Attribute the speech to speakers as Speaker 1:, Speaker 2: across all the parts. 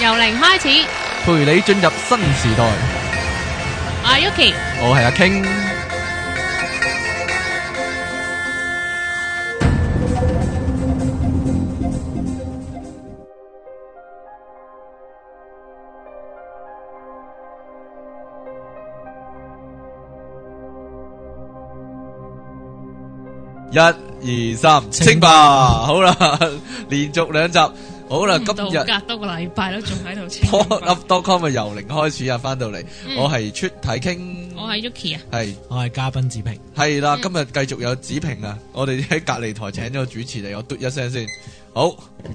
Speaker 1: 由零開始，
Speaker 2: 陪你進入新時代。
Speaker 1: 我係 Yuki，
Speaker 2: 我係阿 King，一、二、三，清吧。好啦， 連續兩集，好啦，今
Speaker 1: 到
Speaker 2: 日。
Speaker 1: 隔多個禮拜都仲喺度 清
Speaker 2: p o p u p c o m 嘅由零開始啊，翻到嚟，我係出體傾，
Speaker 1: 嗯我係 Yuki 啊，
Speaker 2: 係
Speaker 3: 我係嘉賓自評，
Speaker 2: 係啦，
Speaker 1: 嗯
Speaker 2: 今日繼續有子平啊，我哋喺隔離台請咗個主持嚟，我嘟一聲先，好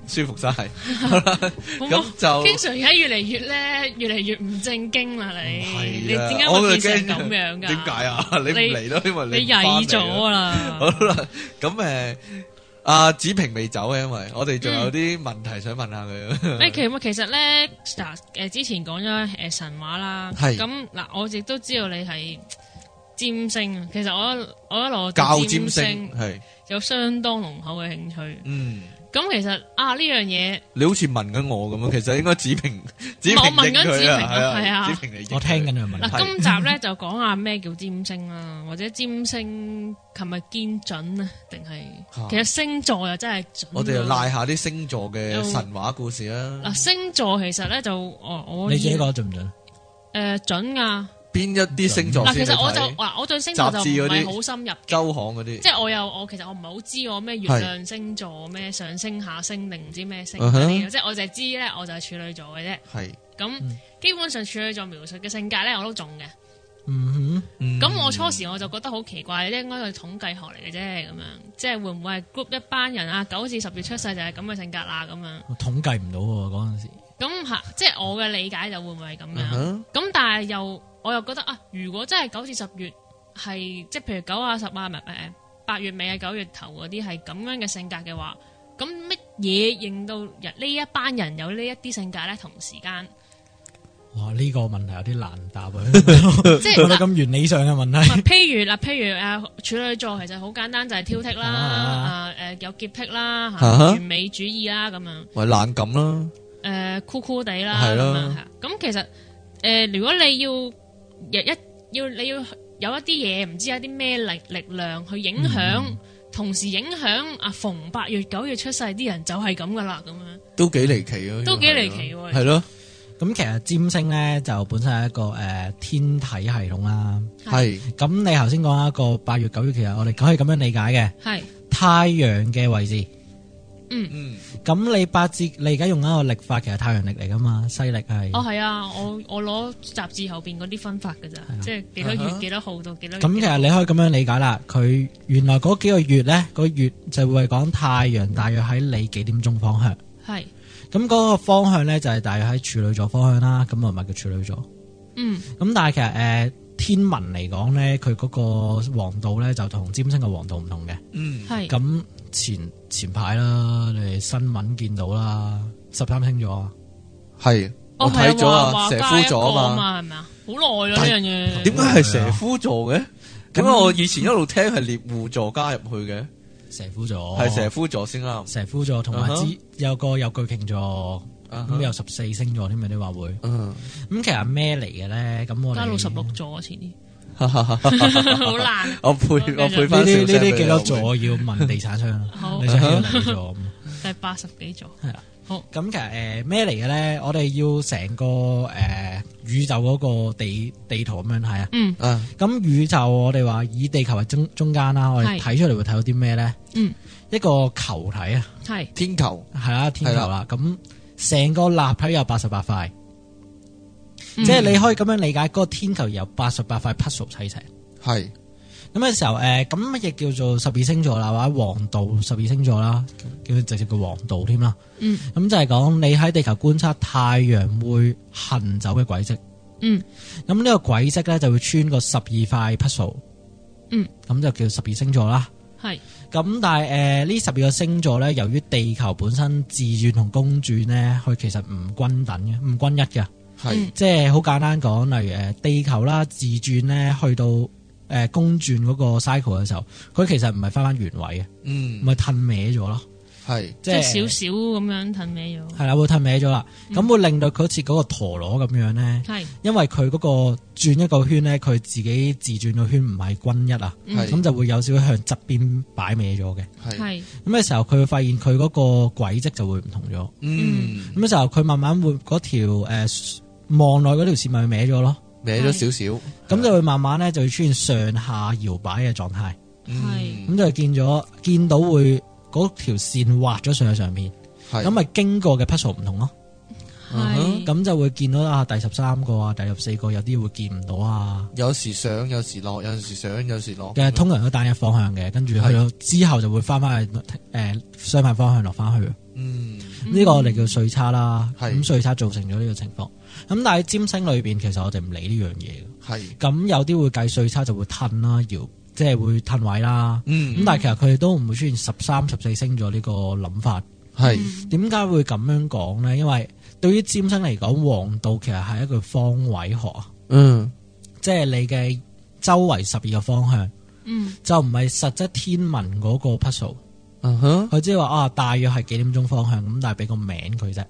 Speaker 2: 舒 服晒，好啦，咁就
Speaker 1: 經常而家越嚟越咧，越嚟越唔正經啦，你你
Speaker 2: 係啊
Speaker 1: 點解
Speaker 2: 我
Speaker 1: 會
Speaker 2: 哋
Speaker 1: 變
Speaker 2: 驚
Speaker 1: 成咁樣噶？
Speaker 2: 點解啊？ 你唔嚟咯，因為
Speaker 1: 你
Speaker 2: 唔返嚟啊
Speaker 1: 曳咗啦，
Speaker 2: 好啦，咁誒，阿子平未走啊嘅，因為我哋仲有啲問題想問下佢，
Speaker 1: 嗯
Speaker 2: 啊
Speaker 1: 誒，其實其實咧，嗱，誒之前講咗誒神話啦，
Speaker 2: 係
Speaker 1: 咁嗱，我亦都知道你係占星啊。其實我一我一路對
Speaker 2: 教
Speaker 1: 占星
Speaker 2: 尖星係，
Speaker 1: 有相當濃厚嘅興趣。
Speaker 2: 嗯。
Speaker 1: 咁其實啊呢樣嘢，
Speaker 2: 你好似問緊我咁樣，其實應該指 評指
Speaker 1: 我
Speaker 2: 評
Speaker 1: 問緊
Speaker 2: 應佢
Speaker 1: 子平啊係啊
Speaker 2: 指評你應佢。
Speaker 3: 我聽緊佢問，
Speaker 1: 嗱
Speaker 2: 係
Speaker 1: 今集咧就講下咩叫占星啦，或者占星係咪堅準啊？定係
Speaker 2: 嚇
Speaker 1: 其實星座又真係準。
Speaker 2: 我哋就賴下啲星座嘅神話故事啦
Speaker 1: 嗱。星座其實咧就哦我
Speaker 3: 你自己覺得準唔
Speaker 1: 誒
Speaker 3: 準？
Speaker 1: 準噶
Speaker 2: 邊一啲星座
Speaker 1: 嗱，
Speaker 2: 先
Speaker 1: 其
Speaker 2: 你
Speaker 1: 實我就
Speaker 2: 睇？
Speaker 1: 嗱我對星座就唔
Speaker 2: 雜誌嗰
Speaker 1: 係
Speaker 2: 啲
Speaker 1: 好深入嘅。
Speaker 2: 周行嗰啲
Speaker 1: 即係我又我其實我唔係好知我咩月亮星座咩上升下升定唔知咩星
Speaker 2: 嗯
Speaker 1: 嗰
Speaker 2: 哼
Speaker 1: 啲嘢即係我就係知咧我就係處女座嘅啫。
Speaker 2: 係，
Speaker 1: 咁
Speaker 3: 嗯
Speaker 1: 基本上處女座描述嘅性格咧我都中嘅。
Speaker 3: 嗯
Speaker 2: 嗯
Speaker 1: 咁我初時我就覺得好奇怪，應該係統計學嚟嘅啫咁樣，即係會唔會係 group 一班人啊九至十月出世就係咁嘅性格啦咁樣。
Speaker 3: 哼，統計唔到喎嗰陣時，
Speaker 1: 咁嚇即係我嘅理解就會唔會係咁
Speaker 2: 嗯
Speaker 1: 樣？
Speaker 2: 哼
Speaker 1: 咁但係又我又覺得啊，如果真係九至十月係即係譬如九啊十啊，唔係誒八月尾啊九月頭嗰啲係咁樣嘅性格嘅話，咁乜嘢令到人呢一班人有呢一啲性格咧？同時間
Speaker 3: 哇呢個問題有啲難答啊，
Speaker 1: 即係
Speaker 3: 做得
Speaker 1: 嗱
Speaker 3: 咁原理上嘅問題，
Speaker 1: 嗱譬如嗱，譬如誒處女座其實好簡單，就係挑剔啦，啊
Speaker 3: 啊
Speaker 1: 誒有潔癖啦，
Speaker 2: 啊
Speaker 1: 嚇
Speaker 2: 哈
Speaker 1: 完美主義啦咁樣。
Speaker 2: 喂冷感啦，
Speaker 1: 誒酷酷地啦，咁
Speaker 2: 係咯
Speaker 1: 樣嚇。咁其實誒、呃如果你要日一要你要有一啲嘢，唔知有啲咩力力量去影響，
Speaker 2: 嗯
Speaker 1: 同時影響啊逢八月九月出世啲人就係咁噶啦，咁樣
Speaker 2: 都幾離奇啊！
Speaker 1: 都幾離奇喎
Speaker 2: 係咯，
Speaker 3: 咁其實占星咧就本身係一個誒、呃天體系統啦。
Speaker 2: 係
Speaker 3: 咁你頭先講一個八月九月，其實我哋可以咁樣理解嘅，
Speaker 1: 係
Speaker 3: 太陽嘅位置。
Speaker 1: 嗯，
Speaker 2: 嗯
Speaker 3: 咁你八字你而家用緊個曆法，其實太陽曆嚟噶嘛，西曆係。
Speaker 1: 哦係啊，我我攞雜誌後邊嗰啲分法噶咋，即係幾多
Speaker 2: 啊哈
Speaker 1: 月幾多號到幾多月。
Speaker 3: 咁其實你可以咁樣理解啦，佢原來嗰幾個月呢，個月就會係講太陽大約喺你幾點鐘方向，
Speaker 1: 係
Speaker 3: 咁嗰個方向呢，就係大約喺處女座方向啦，咁啊唔係叫處女座。
Speaker 1: 嗯
Speaker 3: 咁但係其實誒、呃天文嚟講呢，佢嗰個黃道呢，就同占星嘅黃道唔同嘅。
Speaker 2: 嗯
Speaker 1: 係
Speaker 3: 咁前前排啦，你哋新聞見到啦，十三星座啊
Speaker 2: 係，我
Speaker 1: 哦係
Speaker 2: 睇咗啊
Speaker 1: 話
Speaker 2: 蛇
Speaker 1: 話
Speaker 2: 夫
Speaker 1: 加一個
Speaker 2: 座啊嘛，
Speaker 1: 嘛，係咪啊？好耐啦呢樣嘢。
Speaker 2: 點解係蛇夫座嘅？點解我以前一路聽係獵戶座加入去嘅？
Speaker 3: 蛇夫座，
Speaker 2: 係蛇夫座先啱，
Speaker 3: 蛇夫座同埋
Speaker 2: 啊哈
Speaker 3: 之有個有巨鯨座，
Speaker 2: 啊哈
Speaker 3: 咁有十四星座添啊！你話會。
Speaker 2: 嗯，
Speaker 3: 咁其實咩嚟嘅咧？咁我哋
Speaker 1: 加到十六座啊前啲， 好
Speaker 2: 我
Speaker 1: 難啊。
Speaker 2: 配我配
Speaker 3: 呢
Speaker 2: 翻
Speaker 3: 啲
Speaker 2: 少少
Speaker 3: 呢
Speaker 2: 俾
Speaker 3: 啲
Speaker 2: 你
Speaker 3: 幾多
Speaker 2: 我會
Speaker 3: 座要問地產商
Speaker 1: 好
Speaker 3: 啦？你想要幾多座？
Speaker 1: 第八十幾座。
Speaker 3: 係啦。
Speaker 1: 好
Speaker 3: 咁其實誒呃咩嚟嘅咧？我哋要成個誒宇宙嗰個地地圖咁樣睇啊。
Speaker 1: 嗯
Speaker 2: 啊？
Speaker 3: 咁宇宙我哋話以地球為中中間啦，我
Speaker 1: 係
Speaker 3: 哋睇出嚟會睇到啲咩咧？
Speaker 1: 嗯，
Speaker 3: 一個球體啊，
Speaker 1: 係
Speaker 2: 天球
Speaker 3: 係啦，天球啦。咁成個立體有八十八塊，
Speaker 1: 嗯
Speaker 3: 即係你可以咁樣理解，嗰個天球由八十八塊 puzzle 砌成。
Speaker 2: 係
Speaker 3: 咁嘅時候，誒咁乜嘢叫做十二星座啦，或者黃道十二星座啦，叫佢直接叫黃道添啦。
Speaker 1: 嗯
Speaker 3: 咁就係講你喺地球觀察太陽會行走嘅軌跡。
Speaker 1: 嗯。
Speaker 3: 咁呢個軌跡咧就會穿過十二塊 puzzle。
Speaker 1: 嗯。
Speaker 3: 咁就叫十二星座啦。
Speaker 1: 係
Speaker 3: 咁但係誒呃呢十二個星座咧，由於地球本身自轉同公轉咧，佢其實唔均等嘅，唔均一嘅。
Speaker 1: 嗯
Speaker 2: 係
Speaker 3: 即係好簡單講，例如誒地球啦，自轉咧去到誒、呃公轉嗰個 cycle 嘅時候，佢其實唔係翻翻原位嘅，
Speaker 2: 嗯
Speaker 3: 咪褪歪咗咯。
Speaker 2: 系
Speaker 1: 即係少嗯少咁樣褪歪咗。
Speaker 3: 係啦，會褪歪咗啦。咁、會令到佢好似嗰個陀螺咁樣咧，
Speaker 1: 係，
Speaker 3: 因為佢嗰個轉一個圈咧，佢自己自轉個圈唔係均一啊，
Speaker 1: 嗯
Speaker 2: 係
Speaker 3: 咁就會有少少向側邊擺歪咗嘅。
Speaker 2: 系，
Speaker 1: 係，
Speaker 3: 咁嘅時候，佢會發現佢嗰個軌跡就會唔同咗。
Speaker 2: 嗯，
Speaker 3: 咁嘅時候，佢慢慢會嗰條誒望內嗰條線咪會歪咗咯。
Speaker 2: 歪咗少少，
Speaker 3: 咁就會慢慢咧就會出現上下搖擺嘅狀態。
Speaker 2: 嗯
Speaker 3: 咁就見咗見到會嗰條線畫咗上去上面，
Speaker 2: 係
Speaker 3: 咁咪經過嘅 puzzle 唔同咯。
Speaker 2: 嗯哼
Speaker 1: 係，
Speaker 3: 咁就會見到啊第十三個啊第十四個有啲會見唔到啊，
Speaker 2: 有時上，有時落，有時上，有時落。
Speaker 3: 嘅通常都單一方向嘅，跟住去到之後就會翻翻去誒、呃相反方向落翻去。呢、
Speaker 2: 嗯，
Speaker 3: 個我哋叫歲差啦，
Speaker 2: 係
Speaker 3: 咁歲差造成咗呢個情況。咁但係占星裏邊其實我哋唔理呢樣嘢嘅，
Speaker 2: 係，
Speaker 3: 咁有啲會計歲差就會褪啦，搖即係會褪位啦。咁
Speaker 2: 嗯，
Speaker 3: 但係其實佢哋都唔會出現十三、十四星座呢個諗法。
Speaker 2: 係，
Speaker 1: 嗯
Speaker 3: 點解會咁樣講呢？因為對於占星嚟講，黃道其實係一個方位學啊，
Speaker 2: 嗯，
Speaker 3: 即係你嘅周圍十二個方向，
Speaker 1: 嗯，
Speaker 3: 就唔係實質天文嗰個 puzzle。
Speaker 2: 嗯哼，
Speaker 3: 佢只係話啊，大約係幾點鐘方向咁，但係俾個名佢啫。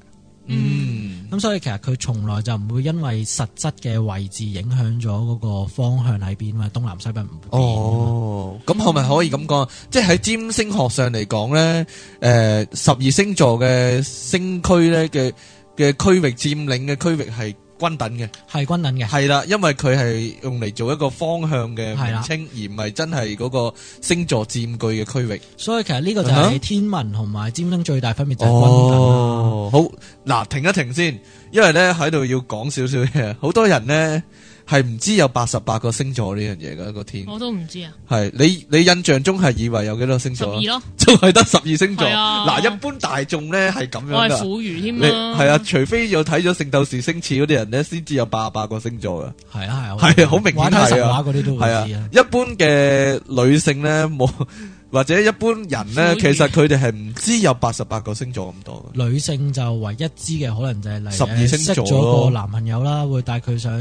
Speaker 2: 嗯，
Speaker 3: 咁所以其實佢從來就唔會因為實質嘅位置影響咗嗰個方向喺邊嘛，東南西北唔會變㗎嘛。
Speaker 2: 哦，咁係咪可以咁講？即係喺占星學上嚟講咧，誒，十二星座嘅星區咧嘅嘅區域佔領嘅區域係均等嘅，
Speaker 3: 係均等嘅，
Speaker 2: 係啦，因為佢係用嚟做一個方向嘅
Speaker 3: 係
Speaker 2: 名
Speaker 3: 啦
Speaker 2: 稱，而唔係真係嗰個星座佔據嘅區域。
Speaker 3: 所以其實呢個就
Speaker 2: 嗯
Speaker 3: 係
Speaker 2: 哼
Speaker 3: 天文同埋占星最大分別就係均等啦。
Speaker 2: 哦，好，嗱，停一停先，因為咧喺度要講少少嘢，好多人咧係唔知有八十八個星座呢樣嘢嘅個天，
Speaker 1: 我都唔知啊，
Speaker 2: 係你你印象中係以為有幾多星
Speaker 1: 十
Speaker 2: 座
Speaker 1: 二
Speaker 2: 啊？
Speaker 1: 咯，
Speaker 2: 就係得十二星座。
Speaker 1: 係啊
Speaker 2: 嗱，一般大眾咧係咁
Speaker 1: 我
Speaker 2: 樣
Speaker 1: 係
Speaker 2: 噶。
Speaker 1: 苦魚添
Speaker 2: 你
Speaker 1: 啦，
Speaker 2: 係啊，，除非有睇咗《聖鬥士星矢》嗰啲人咧，先至有八十八個星座噶。
Speaker 3: 係啊係啊，
Speaker 2: 係啊好明顯
Speaker 3: 玩開神
Speaker 2: 係啊
Speaker 3: 話嗰啲都
Speaker 2: 係啊
Speaker 3: 會知啊，。
Speaker 2: 一般嘅女性咧冇， 或者一般人咧，
Speaker 1: 所以
Speaker 2: 其實佢哋係唔知有八十八個星座咁多嘅。
Speaker 3: 女性就唯一知嘅可能就係例如
Speaker 2: 十二星座
Speaker 3: 識咗個男朋友啦，會帶佢上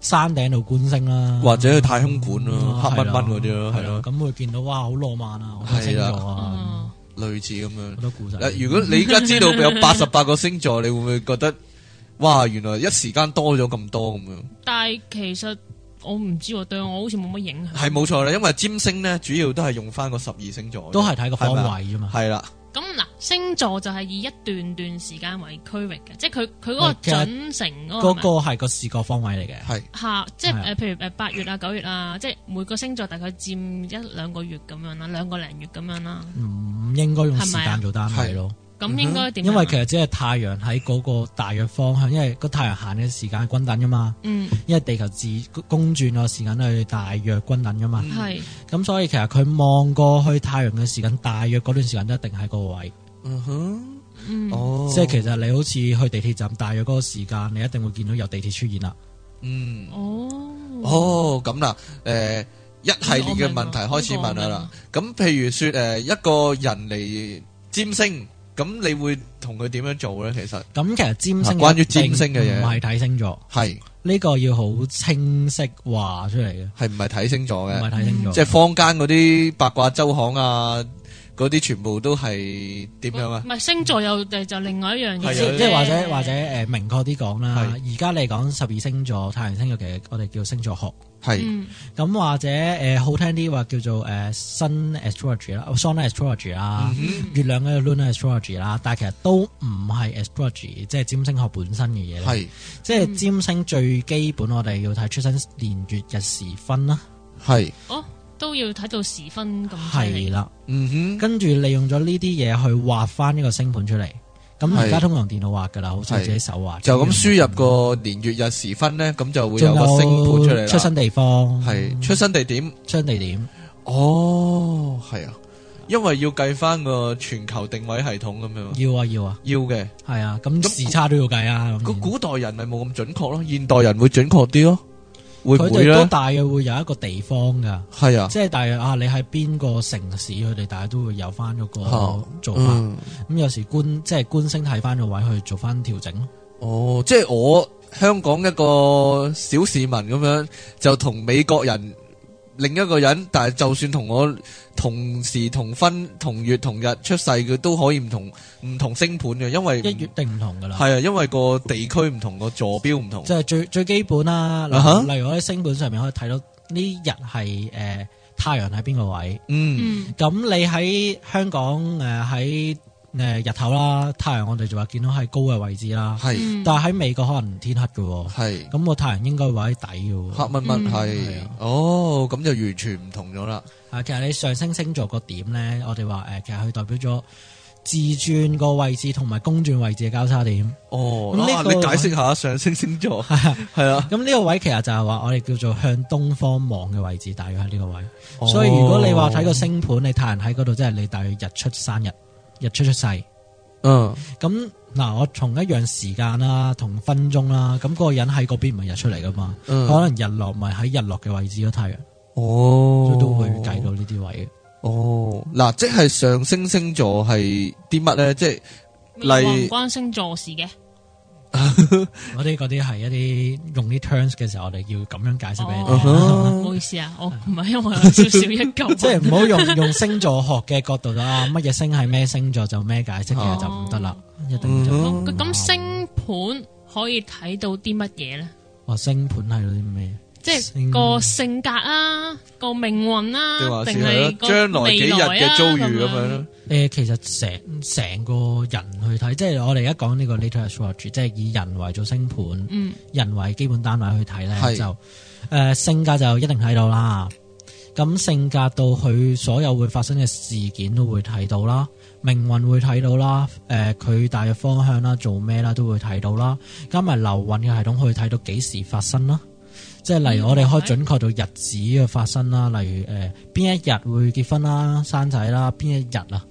Speaker 3: 山頂度觀星啦，
Speaker 2: 或者去太空館咯
Speaker 3: 嗯
Speaker 2: 黑蚊蚊嗰啲咯
Speaker 3: 係
Speaker 2: 係咯
Speaker 3: 咁會見到哇，好浪漫啊，好多星座啊，
Speaker 1: 哦，
Speaker 2: 類似咁樣
Speaker 3: 好。多故仔。
Speaker 2: 嗱，如果你而家知道 有八十八個星座，你會唔會覺得哇，原來一時間多咗咁多咁樣？
Speaker 1: 但係其實我唔知喎，對我好似冇乜影響。
Speaker 2: 係冇錯啦，因為占星咧主要都係用翻個十二星座，
Speaker 3: 都係睇個方
Speaker 2: 係咪
Speaker 3: 位
Speaker 2: 啊
Speaker 3: 啫嘛。
Speaker 2: 係啦，
Speaker 1: 咁嗱，星座就係以一段段時間為區域嘅，即係佢佢嗰個
Speaker 2: 哦
Speaker 3: 喂其實
Speaker 1: 準成嗰個係
Speaker 3: 嗰
Speaker 1: 咪
Speaker 3: 個係個視覺方位嚟嘅，
Speaker 2: 係
Speaker 1: 下，即
Speaker 3: 係
Speaker 1: 係
Speaker 3: 啊
Speaker 1: 誒，譬如誒八月啊、九月啊，即係每個星座大概佔一兩個月咁樣啦，兩個零月咁樣啦。
Speaker 3: 唔應該用時間做單位咯。
Speaker 1: 咁應該點樣啊？
Speaker 3: 嗯因為其實只係太陽喺嗰個大約方向，因為個太陽行嘅時間係均等噶嘛，
Speaker 1: 嗯
Speaker 3: 因為地球自公轉個時間都係大約均等噶嘛。
Speaker 2: 嗯
Speaker 1: 係
Speaker 3: 咁所以其實佢望過去太陽嘅時間，大約嗰段時間都一定喺個位，
Speaker 2: 嗯哼，
Speaker 1: 嗯
Speaker 2: 哦，
Speaker 3: 即係其實你好似去地鐵站，大約嗰個時間，你一定會見到有地鐵出現啦。
Speaker 2: 嗯，
Speaker 1: 哦
Speaker 2: 哦，咁啦，誒一系列嘅問題開始問下啦。咁譬如說誒一個人嚟占星，咁你會同佢點樣做咧？其實
Speaker 3: 咁其實占星
Speaker 2: 嗱關於啊占星嘅嘢
Speaker 3: 唔係睇星座，
Speaker 2: 係
Speaker 3: 呢、個要好清晰話出嚟嘅，
Speaker 2: 係唔係睇星座
Speaker 3: 唔係
Speaker 2: 嘅？
Speaker 3: 睇星座。
Speaker 2: 即係坊間嗰啲八卦周行啊，嗰啲全部都係點樣啊
Speaker 1: 唔？係星座又就就另外一樣嘢，
Speaker 2: 係啊
Speaker 3: 即係或者或者誒明確啲講啦，
Speaker 2: 係
Speaker 3: 而家嚟講十二星座、太陽星座其實我哋叫星座學，
Speaker 2: 係
Speaker 1: 嗯
Speaker 3: 咁或者誒、呃好聽啲話叫做誒 Sun astrology 啦、Sun astrology 啦、
Speaker 2: 嗯
Speaker 3: 月亮嘅 Lunar astrology 啦，但係其實都唔係 astrology，即係占星學本身嘅嘢啦。
Speaker 2: 係
Speaker 3: 即
Speaker 1: 嗯
Speaker 3: 係占星最基本，我哋要睇出生年月日時分啦，
Speaker 2: 係，
Speaker 1: 哦都要睇到時分咁犀
Speaker 3: 係
Speaker 1: 利。
Speaker 3: 啦，
Speaker 2: 嗯哼，
Speaker 3: 跟住利用咗呢啲嘢去畫翻呢個星盤出嚟。咁而家
Speaker 2: 係
Speaker 3: 通常電腦畫㗎啦，好少
Speaker 2: 係
Speaker 3: 自己手畫。
Speaker 2: 就咁輸入個年月日時分咧，咁就會有
Speaker 3: 仲
Speaker 2: 個星盤出嚟啦。
Speaker 3: 出生地方
Speaker 2: 係出生地點。
Speaker 3: 出生地點，
Speaker 2: 哦，係啊，因為要計翻個全球定位系統咁樣，
Speaker 3: 要啊要啊，
Speaker 2: 要嘅。
Speaker 3: 係啊，
Speaker 2: 咁
Speaker 3: 咁時差都要計啊。
Speaker 2: 個
Speaker 3: 咁
Speaker 2: 古代人咪冇咁準確咯，現代人會準確啲咯，會唔
Speaker 3: 佢
Speaker 2: 會
Speaker 3: 哋都
Speaker 2: 咧？
Speaker 3: 大約會有一個地方㗎，
Speaker 2: 係啊，
Speaker 3: 即係大約啊，你喺邊個城市，佢哋大家都會有翻嗰
Speaker 2: 嚇
Speaker 3: 個做法。
Speaker 2: 嗯，
Speaker 3: 咁有時官即係官星睇翻個位去做翻調整咯。
Speaker 2: 哦，即係我香港一個小市民咁樣，就同美國人另一個人，但係就算同我同時同分同月同日出世，佢都可以唔同唔同星盤嘅，因為
Speaker 3: 一月定唔同噶
Speaker 2: 嗯
Speaker 3: 啦。
Speaker 2: 係啊，因為個地區唔同，個坐標唔同。
Speaker 3: 即係最最基本啦。
Speaker 2: 啊哈
Speaker 3: 例例如我喺星盤上面可以睇到呢日係誒太陽喺邊個位。
Speaker 2: 嗯
Speaker 1: 嗯
Speaker 3: 咁你喺香港誒喺呃誒日頭啦，太陽我哋就話見到喺高嘅位置啦。
Speaker 2: 係
Speaker 1: 嗯
Speaker 3: 但係喺美國可能天黑嘅喎，
Speaker 2: 係
Speaker 3: 咁個太陽應該會喺底嘅
Speaker 2: 黑
Speaker 3: 喎。
Speaker 2: 乜乜
Speaker 1: 嗯
Speaker 2: 係
Speaker 3: 係啊
Speaker 2: 哦，咁就完全唔同咗啦。
Speaker 3: 啊，其實你上升星座個點咧，我哋話誒，呃其實佢代表咗自轉個位置同埋公轉位置嘅交叉點。
Speaker 2: 哦，
Speaker 3: 咁呢
Speaker 2: 啊
Speaker 3: 個
Speaker 2: 你解釋下上升星座 係啊，
Speaker 3: 咁呢個位其實就係話我哋叫做向東方望嘅位置，大約喺呢個位。
Speaker 2: 哦
Speaker 3: 所以如果你話睇個星盤，你太陽喺嗰度，即係你大約日出生日，日出出世。
Speaker 2: 嗯
Speaker 3: 咁嗱，我同一樣時間啦，同分鐘啦，咁、嗰個人喺嗰邊唔係日出嚟噶嘛，
Speaker 2: 嗯
Speaker 3: 可能日落咪喺日落嘅位置咯，太陽，
Speaker 2: 哦
Speaker 3: 所以都會計到呢啲位嘅。
Speaker 2: 哦，嗱，即係上升星座係啲乜咧？即係例
Speaker 1: 唔關星座事嘅，
Speaker 3: 我哋嗰啲係一啲用啲 terms 嘅時候，我哋要咁樣解釋俾你
Speaker 2: 嗯
Speaker 3: 聽，
Speaker 1: 哦唔好意思啊，我唔係因為有少少一嚿，
Speaker 3: 即係唔好用用星座學嘅角度啦，乜嘢星係咩星座就咩解釋，其實就唔得啦，一定要
Speaker 2: 嗯
Speaker 3: 就
Speaker 1: 哦咁咁星盤可以睇到啲乜嘢咧？
Speaker 3: 話哦星盤係啲咩？
Speaker 1: 即係
Speaker 3: 星
Speaker 1: 個性格啊，個命運
Speaker 2: 定
Speaker 1: 啦，
Speaker 2: 話是
Speaker 1: 定
Speaker 2: 係
Speaker 1: 係
Speaker 2: 啦，將來幾日嘅遭遇咁樣
Speaker 1: 樣
Speaker 2: 咯。
Speaker 3: 誒、呃其實成成個人去睇，即係我哋而家講呢個 later astrology，即係以人為做星盤。
Speaker 1: 嗯，
Speaker 3: 人為基本單位去睇
Speaker 2: 係
Speaker 3: 咧，就誒、呃性格就一定睇到啦。咁性格到佢所有會發生嘅事件都會睇到啦，命運會睇到啦，誒、佢大約方向啦，做咩啦都會睇到啦，加埋流運嘅系統可以睇到幾時發生啦。即係例如我哋可以準確到日子嘅發生啦，例如誒邊、一日會結婚啦、生仔啦，邊一日啊，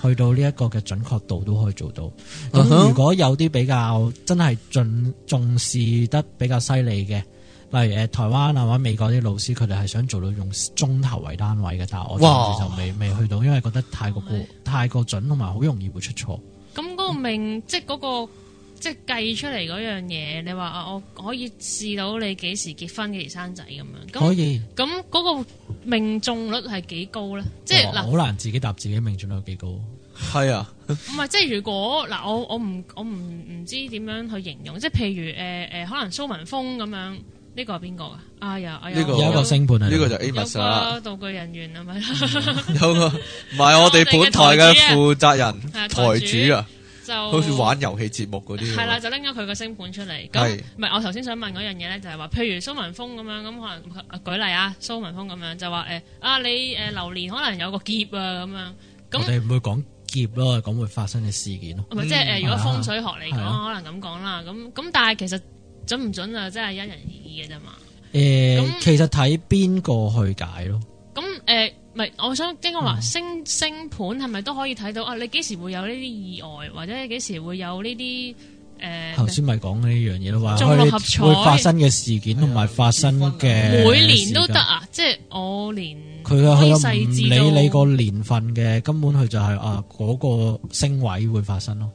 Speaker 3: 去到呢一個嘅準確度都可以做到。
Speaker 2: 嗯
Speaker 3: 咁
Speaker 2: 哼
Speaker 3: 如果有啲比較真係重重視得比較犀利嘅，例如誒台灣啊或者美國啲老師，佢哋係想做到用鐘頭為單位嘅，但係我
Speaker 2: 哇
Speaker 3: 暫時就未未去到，因為覺得太過過太過準，同埋好容易會出錯。
Speaker 1: 咁嗰個命即係嗰個即係計出嚟嗰樣嘢，你話啊，我可以試到你幾時結婚、幾時生仔咁樣。
Speaker 3: 可
Speaker 1: 咁
Speaker 3: 以，
Speaker 1: 咁嗰個命中率係幾高咧？即係
Speaker 3: 哇
Speaker 1: 嗱
Speaker 3: 好，難自己答自己命中率有幾高。
Speaker 2: 係啊，
Speaker 1: 唔係，即係如果嗱，我我唔我唔唔知點樣去形容，即係譬如誒誒、呃呃可能蘇文峰咁樣，呢個係邊個啊？啊呀，啊呀
Speaker 2: 呢個
Speaker 3: 有一個星盤
Speaker 2: 呢
Speaker 3: 係
Speaker 2: 個就 Amos 啦，
Speaker 1: 有個道具人員係咪？
Speaker 2: 有個唔係我哋本台嘅負責人
Speaker 1: 係
Speaker 2: 台主啊，
Speaker 1: 就
Speaker 2: 好似玩遊戲節目嗰啲。
Speaker 1: 係啦，，就拎咗佢個星盤出嚟。
Speaker 2: 係
Speaker 1: 咁唔係我頭先想問嗰樣嘢咧，就係話，譬如蘇文峰咁樣，咁可能啊舉例啊，蘇文峰咁樣就話誒啊，你誒流年可能有個劫啊咁樣。
Speaker 3: 我
Speaker 1: 咁
Speaker 3: 哋唔會講劫咯，講會發生嘅事件咯。
Speaker 1: 唔係即係誒，如果
Speaker 3: 係啊
Speaker 1: 風水學嚟
Speaker 3: 係
Speaker 1: 講，
Speaker 3: 啊
Speaker 1: 可能咁講啦。咁咁，但係其實準唔準啊，真係因人而異嘅啫嘛。
Speaker 3: 誒、
Speaker 1: 咁
Speaker 3: 呃其實睇邊個去解咯。
Speaker 1: 咁誒，唔係、我想聽講話
Speaker 3: 嗯
Speaker 1: 星星盤係咪都可以睇到啊？你幾時會有呢啲意外，或者幾時會有呢啲誒？
Speaker 3: 頭先咪講呢樣嘢咯，話
Speaker 1: 中六
Speaker 3: 佢
Speaker 1: 合彩
Speaker 3: 會發生嘅事件同埋發生嘅
Speaker 1: 每年都
Speaker 3: 時
Speaker 1: 得
Speaker 3: 間。
Speaker 1: 啊！即係我年
Speaker 3: 佢係
Speaker 1: 可以
Speaker 3: 佢
Speaker 1: 細
Speaker 3: 又唔
Speaker 1: 緻到
Speaker 3: 理你個年份嘅，根本佢就係、啊嗰、個星位會發生咯。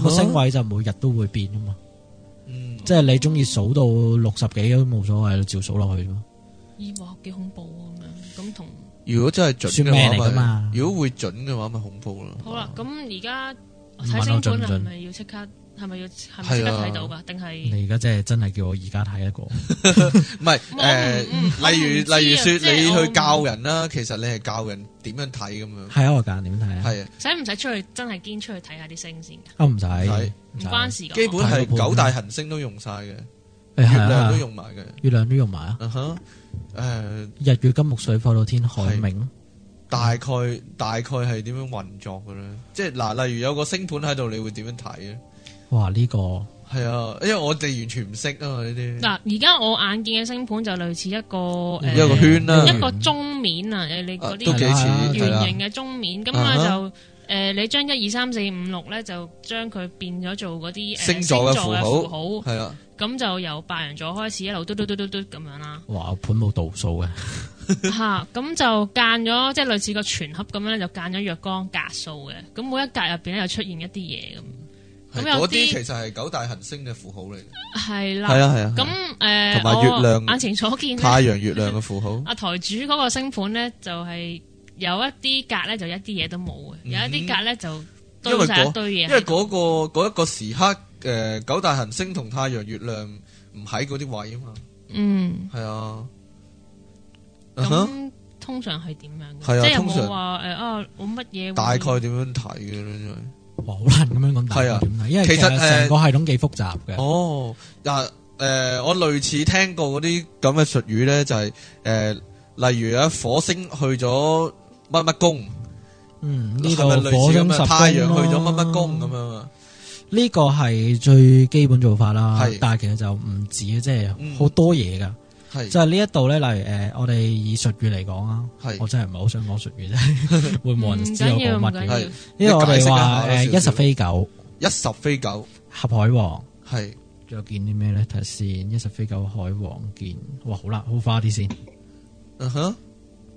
Speaker 3: 個、星位就每日都會變噶啊嘛，
Speaker 2: 嗯
Speaker 3: 即係你中意數到六十幾都冇所謂，照數落去啫嘛。
Speaker 1: 咦哇幾恐怖啊咁樣。咁同
Speaker 2: 如果真係準
Speaker 3: 算
Speaker 2: 嘅
Speaker 3: 命嚟
Speaker 2: 話
Speaker 3: 㗎
Speaker 2: 咪
Speaker 3: 嘛，
Speaker 2: 如果會準嘅話咪恐怖咯。
Speaker 1: 好啊啦，咁而家
Speaker 3: 唔
Speaker 1: 睇
Speaker 3: 問
Speaker 1: 星
Speaker 3: 我準唔
Speaker 1: 盤係
Speaker 3: 準
Speaker 1: 咪要即刻？係咪要係咪即刻
Speaker 2: 係啊
Speaker 1: 睇到㗎？定係
Speaker 3: 你而家真係真係叫我而家睇一個，
Speaker 2: 唔係
Speaker 1: 我唔
Speaker 2: 誒，
Speaker 1: 嗯我唔
Speaker 2: 例
Speaker 1: 知
Speaker 2: 如
Speaker 1: 啊
Speaker 2: 例如說
Speaker 1: 即係
Speaker 2: 你
Speaker 1: 我
Speaker 2: 去教人啦，其實你係教人點樣睇咁樣。
Speaker 3: 係啊，我揀點睇啊？
Speaker 2: 係啊，
Speaker 1: 使唔使出去真係堅出去睇下啲星先㗎？
Speaker 3: 啊唔使，
Speaker 2: 係
Speaker 1: 唔
Speaker 3: 使
Speaker 1: 關事㗎。
Speaker 2: 基本係
Speaker 3: 睇個盤
Speaker 2: 九大行星都用晒嘅，
Speaker 3: 誒係
Speaker 2: 月亮
Speaker 3: 啊
Speaker 2: 都用埋嘅。
Speaker 3: 月亮都用埋啊！
Speaker 2: 嗯哼，誒。
Speaker 3: 日月金木水火土天海明，
Speaker 2: 大概大概係點樣運作嘅咧？即係嗱，例如有個星盤喺度，你會點樣睇咧？
Speaker 3: 哇呢、個
Speaker 2: 係啊，因為我哋完全唔識啊嘛呢啲。
Speaker 1: 嗱，而家我眼見嘅星盤就類似一個誒
Speaker 2: 嗯一個圈啦
Speaker 1: 一個中面啊，誒你
Speaker 2: 啊
Speaker 1: 嗰
Speaker 2: 都
Speaker 1: 啲
Speaker 2: 幾似
Speaker 3: 係啦，
Speaker 2: 係
Speaker 1: 圓
Speaker 2: 啦，
Speaker 1: 形嘅中面，咁
Speaker 2: 啊
Speaker 1: 啊
Speaker 2: 哈
Speaker 1: 就誒你將一二三四五六咧就將佢變咗做嗰啲誒
Speaker 2: 星座嘅符
Speaker 1: 星
Speaker 2: 號
Speaker 1: 符
Speaker 2: 係啊啦，
Speaker 1: 號，咁就由白羊座開始一路嘟嘟嘟嘟嘟咁樣啦
Speaker 3: 哇盤冇度數嘅，
Speaker 1: 嚇咁就間咗即係類似個全盒咁樣咧，就間咗若干格數嘅，咁每一格入邊咧又出現一啲嘢咁。咁
Speaker 2: 係嗰
Speaker 1: 有
Speaker 2: 啲
Speaker 1: 啲
Speaker 2: 其實係九大行星嘅符號嚟嘅，
Speaker 1: 系啦，
Speaker 2: 係啊係啊，
Speaker 1: 咁诶，
Speaker 2: 同埋
Speaker 1: 我
Speaker 2: 月亮
Speaker 1: 眼前所見咧，
Speaker 2: 太陽、月亮嘅符號。
Speaker 1: 阿台主嗰個星盤咧就係有一啲格咧就一啲嘢都冇嘅，有一啲格咧就
Speaker 2: 因
Speaker 1: 堆
Speaker 2: 為
Speaker 1: 晒
Speaker 2: 嗰
Speaker 1: 一堆嘢喺
Speaker 2: 因
Speaker 1: 度。
Speaker 2: 為嗰、個嗰一個時刻，诶、九大行星同太陽、月亮唔喺嗰啲位啊嘛，
Speaker 1: 嗯，
Speaker 2: 係啊，啊哈
Speaker 1: 咁通常係點樣
Speaker 2: Uh-huh。係啊
Speaker 1: 嘅？即係有
Speaker 2: 通常
Speaker 1: 冇話诶啊，我乜嘢會
Speaker 2: 大概點樣睇嘅咧？真係
Speaker 3: 哇好難咁樣講大
Speaker 2: 係啊
Speaker 3: 家點睇，因為
Speaker 2: 其
Speaker 3: 其
Speaker 2: 實誒
Speaker 3: 實成個系統幾複雜嘅。
Speaker 2: 哦，嗱、诶、我類似聽過嗰啲咁嘅術語咧，就係诶、例如啊，火星去咗乜乜宮，
Speaker 3: 嗯，呢度
Speaker 2: 係咪類
Speaker 3: 火
Speaker 2: 似咁
Speaker 3: 星啊十
Speaker 2: 樣？太陽
Speaker 3: 宮
Speaker 2: 去咗
Speaker 3: 咯
Speaker 2: 乜乜宮咁樣啊？
Speaker 3: 呢個係最基本做法啦
Speaker 2: 係，
Speaker 3: 但係其實就唔止嘅，即
Speaker 2: 嗯
Speaker 3: 係好多嘢噶。
Speaker 2: 係
Speaker 3: 就係呢一度咧，例如誒、呃我哋以術語嚟講啊，我
Speaker 2: 係
Speaker 3: 真係唔係好想講術語啫， 會冇人知我講乜
Speaker 1: 唔緊
Speaker 3: 嘅
Speaker 1: 要。
Speaker 2: 係
Speaker 3: 因為我
Speaker 2: 你解釋一
Speaker 3: 哋
Speaker 2: 下
Speaker 3: 話
Speaker 2: 啦
Speaker 3: 誒
Speaker 2: 少
Speaker 3: 一
Speaker 2: 少
Speaker 3: 十飛九、
Speaker 2: 一十飛九，
Speaker 3: 合海王，
Speaker 2: 係
Speaker 3: 仲有見啲咩咧？睇下先，一十飛九海王見，哇好啦，好花啲先。
Speaker 2: 嗯哼，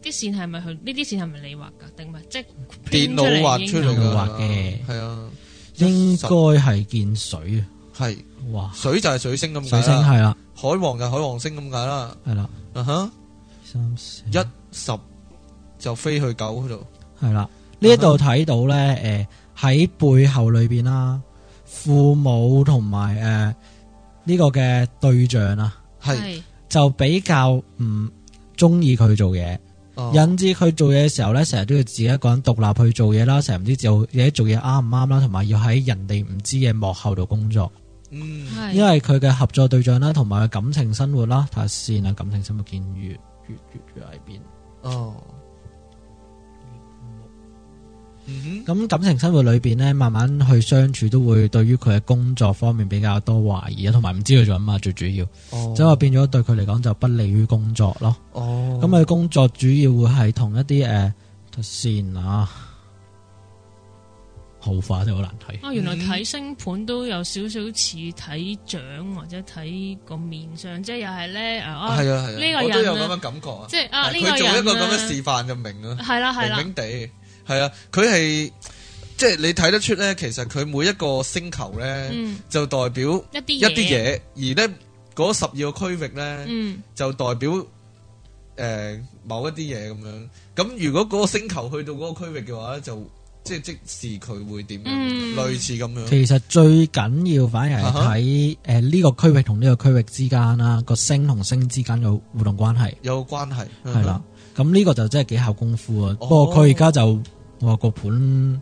Speaker 1: 啲線係咪佢？呢啲線係咪你畫㗎？定唔係即係
Speaker 2: 電腦畫出嚟
Speaker 3: 電
Speaker 2: 㗎
Speaker 3: 腦畫嘅
Speaker 2: 係啊，
Speaker 3: 應該係見水啊！
Speaker 2: 係
Speaker 3: 哇，
Speaker 2: 水就係水星咁解
Speaker 3: 水
Speaker 2: 啦
Speaker 3: 星係啦，
Speaker 2: 海王就海王星咁解啦，
Speaker 3: 係啦，
Speaker 2: 啊哈，
Speaker 3: 三四
Speaker 2: 一十就飛去九嗰度，
Speaker 3: 係啦。呢一度睇到咧，誒喺背後裏邊啦，父母同埋誒呢個嘅對象啊，
Speaker 2: 係
Speaker 3: 就比較唔中意佢做嘢，
Speaker 2: 哦
Speaker 3: 引致佢做嘢嘅時候咧，成日都要自己一個人獨立去做嘢啦，成日唔知做嘢做嘢啱唔啱啦，同埋要喺人哋唔知嘅幕後度工作。
Speaker 2: 嗯
Speaker 1: 係
Speaker 3: 因為佢嘅合作對象啦，同埋佢感情生活啦，睇下先啊，感情生活見月月月月喺邊？
Speaker 2: 哦，嗯
Speaker 3: 咁感情生活裏边咧，慢慢去相處都會對於佢嘅工作方面比較多懷疑啊，同埋唔知佢做緊乜最主要，
Speaker 2: 哼，哦，
Speaker 3: 即係話變咗對佢嚟講就不利於工作咯。
Speaker 2: 哦，
Speaker 3: 咁佢、工作主要會係同一啲诶，睇先啊，好化真係好難睇。
Speaker 1: 啊，原
Speaker 2: 嗯
Speaker 1: 來睇星盤都有少少似睇掌或者睇個面相，即係又係咧啊，
Speaker 2: 係啊係啊，
Speaker 1: 呢個
Speaker 2: 我都有
Speaker 1: 人
Speaker 2: 咁
Speaker 1: 啊
Speaker 2: 嘅感覺啊，
Speaker 1: 即係啊
Speaker 2: 但
Speaker 1: 呢
Speaker 2: 係佢做一個
Speaker 1: 個
Speaker 2: 咁嘅
Speaker 1: 人啊，
Speaker 2: 示範就明啊。
Speaker 1: 係啦係啦
Speaker 2: 明，明地，係啊，佢係即係你睇得出咧，其實佢每一個星球咧、
Speaker 1: 嗯，
Speaker 2: 就代表
Speaker 1: 一啲
Speaker 2: 一啲，嘢，而呢嗰十二個區域咧、
Speaker 1: 嗯，
Speaker 2: 就代表诶、呃某一啲嘢咁樣。咁如果嗰個星球去到嗰個區域嘅話咧，就即係即時佢會點樣，
Speaker 1: 嗯
Speaker 2: 類似咁樣。
Speaker 3: 其實最緊要反而
Speaker 2: 啊
Speaker 3: 係睇诶呢個區域同呢個區域之間啦，個星同星之間嘅互動關係。
Speaker 2: 有關係
Speaker 3: 係啦，，咁呢個就真係幾考功夫啊。
Speaker 2: 嗯哦
Speaker 3: 不過佢而家就話個盤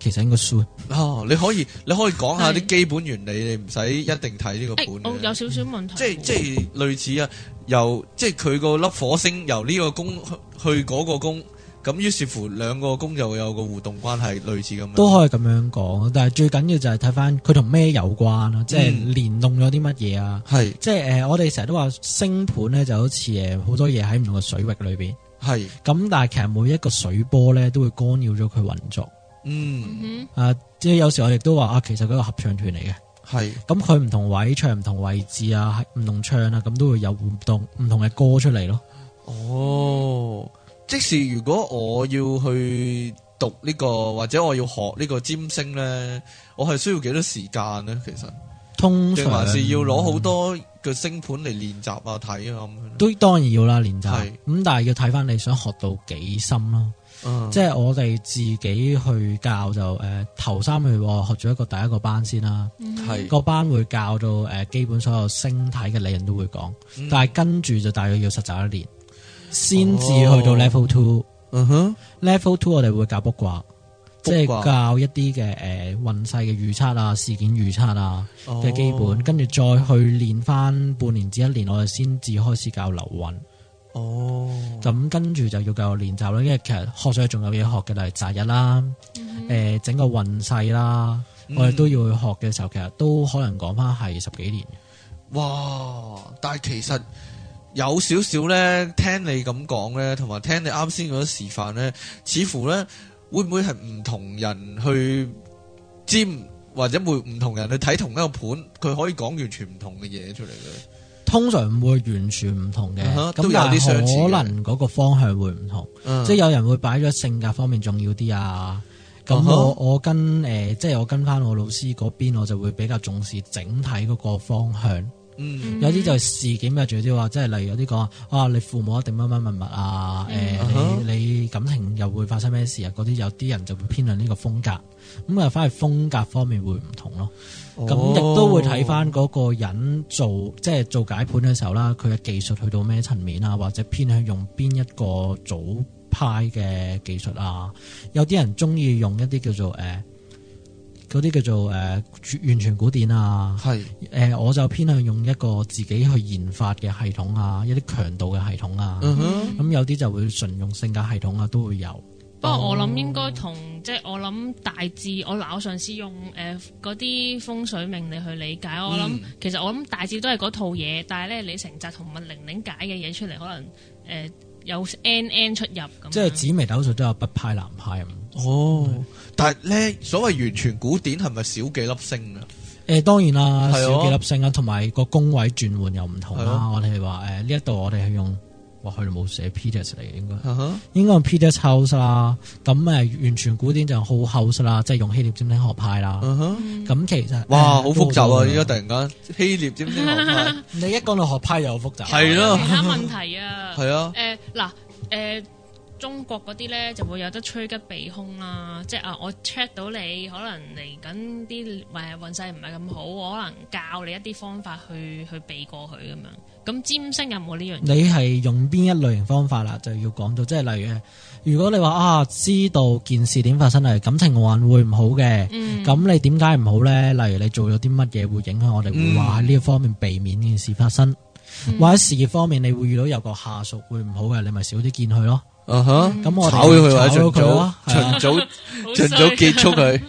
Speaker 3: 其實應該輸，
Speaker 2: 哦，你可以你可以講下啲
Speaker 1: 係
Speaker 2: 基本原理，你唔使一定睇呢個盤
Speaker 1: 誒，我
Speaker 2: 嘅。
Speaker 1: 有少少問題喎，
Speaker 2: 即係即係類似啊，由即係佢個粒火星由呢個宮去去嗰個宮，咁於是乎兩個宮就會有個互動關係，類似咁樣。
Speaker 3: 都可以咁樣講。啊但係最緊要就係睇翻佢同咩有關
Speaker 2: 嗯
Speaker 3: 啦，即係連動咗啲乜嘢啊。
Speaker 2: 係
Speaker 3: 即係誒、呃我哋成日都話星盤咧就好似誒好多嘢喺唔同嘅水域裏邊，
Speaker 2: 係
Speaker 3: 咁但係其實每一個水波咧都會干擾咗佢運作。
Speaker 2: 嗯
Speaker 1: 嗯
Speaker 3: 啊，即係有時我亦都話啊，其實佢係一個合唱團嚟嘅，
Speaker 2: 係
Speaker 3: 咁佢唔同位唱唔同位置啊，唔同唱啊，咁都會有互動唔同嘅歌出嚟咯。
Speaker 2: 哦，即是如果我要去讀呢個或者我要學呢個占星咧，我係需要幾多時間咧？其實
Speaker 3: 通
Speaker 2: 定
Speaker 3: 常
Speaker 2: 還是要攞好多嘅星盤嚟練習啊、睇啊咁樣呢。
Speaker 3: 都當然要啦，練習
Speaker 2: 係
Speaker 3: 咁，但係要睇翻你想學到幾深啦。
Speaker 2: 嗯
Speaker 3: 即係我哋自己去教就誒、呃、頭三個月我學咗一個第一個班先啦，
Speaker 1: 哼，
Speaker 2: 係
Speaker 3: 個班會教到誒、呃基本所有星體嘅理論都會講，
Speaker 2: 嗯
Speaker 3: 但係跟住就大約要實習一年，先至去
Speaker 2: 哦
Speaker 3: 到 level two。
Speaker 2: 嗯哼
Speaker 3: level two 我哋會教卜卦，即
Speaker 2: 卜
Speaker 3: 係
Speaker 2: 卦
Speaker 3: 教一啲嘅誒運勢嘅預測啊、事件預測啊嘅基本，
Speaker 2: 哦
Speaker 3: 跟住再去練翻半年至一年，我哋先至開始教流運。
Speaker 2: 哦，
Speaker 3: 咁跟住就要繼續練習啦，因為其實學上仲有嘢學嘅，例如擇日啦，誒、整個運勢啦，
Speaker 2: 嗯
Speaker 3: 我哋都要去學嘅時候，其實都可能講翻係十幾年。
Speaker 2: 哇！但係其實有少少咧，聽你咁講咧，同埋聽你啱先嗰啲示範咧，似乎咧會唔會係唔同人去占，或者會唔同人去睇同一個盤，佢可以講完全唔同嘅嘢出嚟嘅。
Speaker 3: 通常唔會完全唔同嘅，
Speaker 2: 嗯哼
Speaker 3: 咁、
Speaker 2: 都有
Speaker 3: 但
Speaker 2: 啲相似
Speaker 3: 係
Speaker 2: 嘅
Speaker 3: 可能嗰個方向會唔同，
Speaker 2: 嗯
Speaker 3: 即係有人會擺咗性格方面重要啲啊，咁
Speaker 2: 啊哈
Speaker 3: 我我跟诶、即係我跟翻我老師嗰邊，我就會比較重視整體嗰個方向。
Speaker 2: 嗯，
Speaker 3: 有啲就係事件比較重要啲話，即係例如有啲講啊，你父母一定乜乜乜物啊，誒、
Speaker 1: 嗯
Speaker 2: 啊哈
Speaker 3: 你你感情又會發生咩事啊？嗰啲有啲人就會偏向呢個風格，咁啊反而風格方面會唔同咯。
Speaker 2: 哦
Speaker 3: 咁亦都會睇翻嗰個人做即係做解盤嘅時候啦，佢嘅技術去到咩層面啊，或者偏向用邊一個組派嘅技術啊？有啲人中意用一啲叫做誒嗰啲叫做誒、呃完全古典啊，
Speaker 2: 系
Speaker 3: 誒、我就偏向用一個自己去研發嘅系統啊，一啲強度嘅系統啊，咁、
Speaker 2: 嗯哼
Speaker 3: 有啲就會純用性格系統啊，都會有。
Speaker 2: 嗯
Speaker 1: 不過我諗應該同即係我諗大致，我嗱我上次用誒嗰啲風水命理去理解，我諗、
Speaker 2: 嗯
Speaker 1: 其實我諗大致都係嗰套嘢，但係咧你成集同麥玲玲解嘅嘢出嚟，可能誒、呃有 N N 出入咁樣。
Speaker 3: 即係紫微斗數都有北派南派咁。
Speaker 2: 哦，但系咧，所謂完全古典係咪少幾粒星啊？
Speaker 3: 誒、當然啦，
Speaker 2: 係
Speaker 3: 少
Speaker 2: 咯
Speaker 3: 幾粒星啊，同埋個工位轉換又唔同
Speaker 2: 係啊咯
Speaker 3: 啦。我哋話誒呢一度我哋係用，哇佢哋冇寫 Peters 嚟嘅應該，
Speaker 2: 啊哈
Speaker 3: 應該用 Peters House 啦。咁誒、完全古典就用 Whole House 啦，即係用希臘占星學派啦。
Speaker 2: 啊哈
Speaker 3: 咁、其實
Speaker 2: 哇，好複雜啊！
Speaker 3: 呢
Speaker 2: 依家突然間希臘尖星 流派，
Speaker 3: 你一講到學派又好複雜，
Speaker 2: 係咯
Speaker 1: 其他問題啊。
Speaker 2: 係啊，
Speaker 1: 誒嗱誒，中國嗰啲咧就會有得趨吉避凶啦，即係啊，我 check 到你可能嚟緊啲誒運勢唔係咁好，我可能教你一啲方法去去避過佢咁樣。咁占星有冇呢樣嘢？
Speaker 3: 你係用邊一類型方法啦，就要講到，即係例如，如果你話啊，知道件事點發生嚟，感情運會唔好嘅，
Speaker 1: 嗯
Speaker 3: 咁、你點解唔好呢？例如你做咗啲乜嘢會影響我哋，
Speaker 2: 嗯
Speaker 3: 會話喺呢一方面避免呢件事發生，或者事業方面你會遇到有個下屬會唔好嘅，你咪少啲見佢咯。
Speaker 2: 啊哈，
Speaker 3: 咁我哋
Speaker 2: 炒咗佢或者
Speaker 3: 炒
Speaker 2: 盡
Speaker 3: 咗佢咯
Speaker 2: 早，
Speaker 3: 係啊
Speaker 2: 盡早
Speaker 1: 好衰嗯
Speaker 2: 盡早結束佢，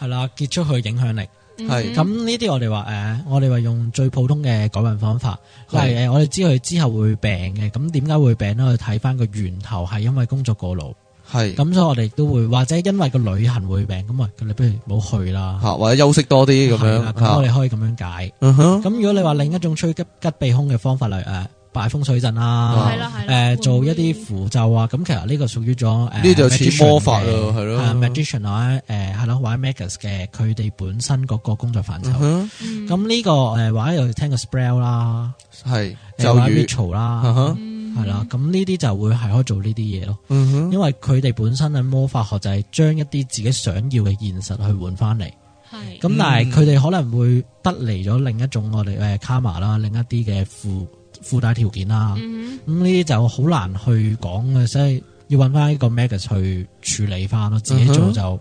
Speaker 3: 係啦，結束佢影響力。
Speaker 2: 係
Speaker 3: 咁呢啲我哋話誒，我哋話用最普通嘅改運方法，例如
Speaker 2: 係
Speaker 3: 誒，我哋知佢之後會病嘅，咁點解會病呢？我哋睇翻個源頭係因為工作過勞。
Speaker 2: 係
Speaker 3: 咁所以我哋都會或者因為個旅行會病，咁啊，你不如唔好去啦。
Speaker 2: 吓或者休息多啲咁
Speaker 3: 係啦啊
Speaker 2: 樣啊
Speaker 3: 咁我
Speaker 2: 吓，
Speaker 3: 哋可以咁樣解。
Speaker 2: 嗯哼，
Speaker 3: 咁如果你話另一種趨吉吉避凶嘅方法，例如誒擺風水陣
Speaker 2: 啊
Speaker 3: 啦
Speaker 1: 嗯係，啦係啦，
Speaker 3: 誒做一啲
Speaker 1: 會
Speaker 3: 符咒啊，咁其實呢個屬於咗誒
Speaker 2: 呢就似魔法啦，
Speaker 3: magician 嘅
Speaker 2: 係咯，
Speaker 3: 啊 magician 或者誒係咯，或者 magus 嘅佢哋本身嗰個工作範疇。
Speaker 2: 嗯
Speaker 1: 嗯
Speaker 3: 咁呢個呃誒或者又聽個 spell 啦，
Speaker 2: 哼，係
Speaker 3: 誒
Speaker 2: 咒
Speaker 3: 或者
Speaker 2: 語，
Speaker 3: ritual
Speaker 2: 啊
Speaker 3: 啦，
Speaker 2: 哈，
Speaker 1: 嗯
Speaker 3: 係啦，咁呢啲就會係可以做呢啲嘢咯。
Speaker 2: 嗯哼。
Speaker 3: 因為佢哋本身嘅魔法學就係將一啲自己想要嘅現實去換翻嚟，
Speaker 1: 係
Speaker 3: 咁
Speaker 2: 嗯
Speaker 3: 但係佢哋可能會得嚟咗另一種我哋誒卡瑪啦，另一啲嘅附附帶條件啦，
Speaker 1: 嗯
Speaker 3: 咁呢啲就好難去講嘅，所以要揾翻呢個 Magus 去處理翻咯，自己
Speaker 2: 嗯
Speaker 3: 做
Speaker 2: 哼
Speaker 3: 就。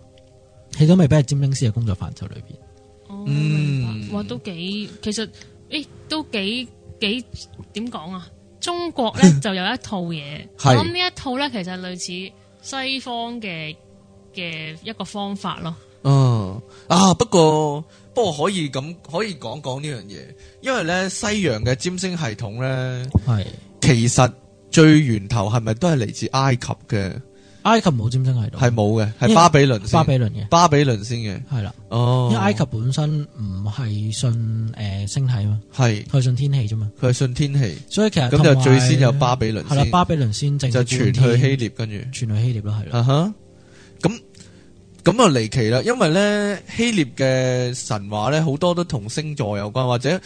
Speaker 3: 你都未必係占星師嘅工作範疇裏邊，
Speaker 1: 哼哦
Speaker 2: 嗯
Speaker 1: 明白哇都幾其實誒都幾幾點講啊？中國咧 就有一套嘢，我
Speaker 2: 係
Speaker 1: 諗呢一套咧其實類似西方嘅嘅一個方法咯。
Speaker 2: 嗯啊，不過不過可以咁可以講講呢樣嘢，因為咧西洋嘅占星系統咧，
Speaker 3: 係
Speaker 2: 其實最源頭係咪都係嚟自埃及嘅？
Speaker 3: 埃及冇占星喺度，
Speaker 2: 係冇嘅，係
Speaker 3: 因為
Speaker 2: 巴比倫
Speaker 3: 巴
Speaker 2: 先
Speaker 3: 比，倫嘅，
Speaker 2: 巴比倫先嘅。
Speaker 3: 係啦，
Speaker 2: 哦
Speaker 3: 因，為埃及本身唔係信誒星體啊嘛，
Speaker 2: 係
Speaker 3: 佢係信天氣啫嘛，
Speaker 2: 佢係信天氣，
Speaker 3: 所以其實
Speaker 2: 咁就
Speaker 3: 同
Speaker 2: 最
Speaker 3: 埋
Speaker 2: 先有巴比倫
Speaker 3: 係啦，
Speaker 2: 先，
Speaker 3: 巴比倫先正
Speaker 2: 就傳去希
Speaker 3: 希
Speaker 2: 臘，跟住
Speaker 3: 傳去希臘啦，係啦，
Speaker 2: 啊哈，咁咁就離奇啦，因為咧希臘嘅神話咧好多都同星座有關，或者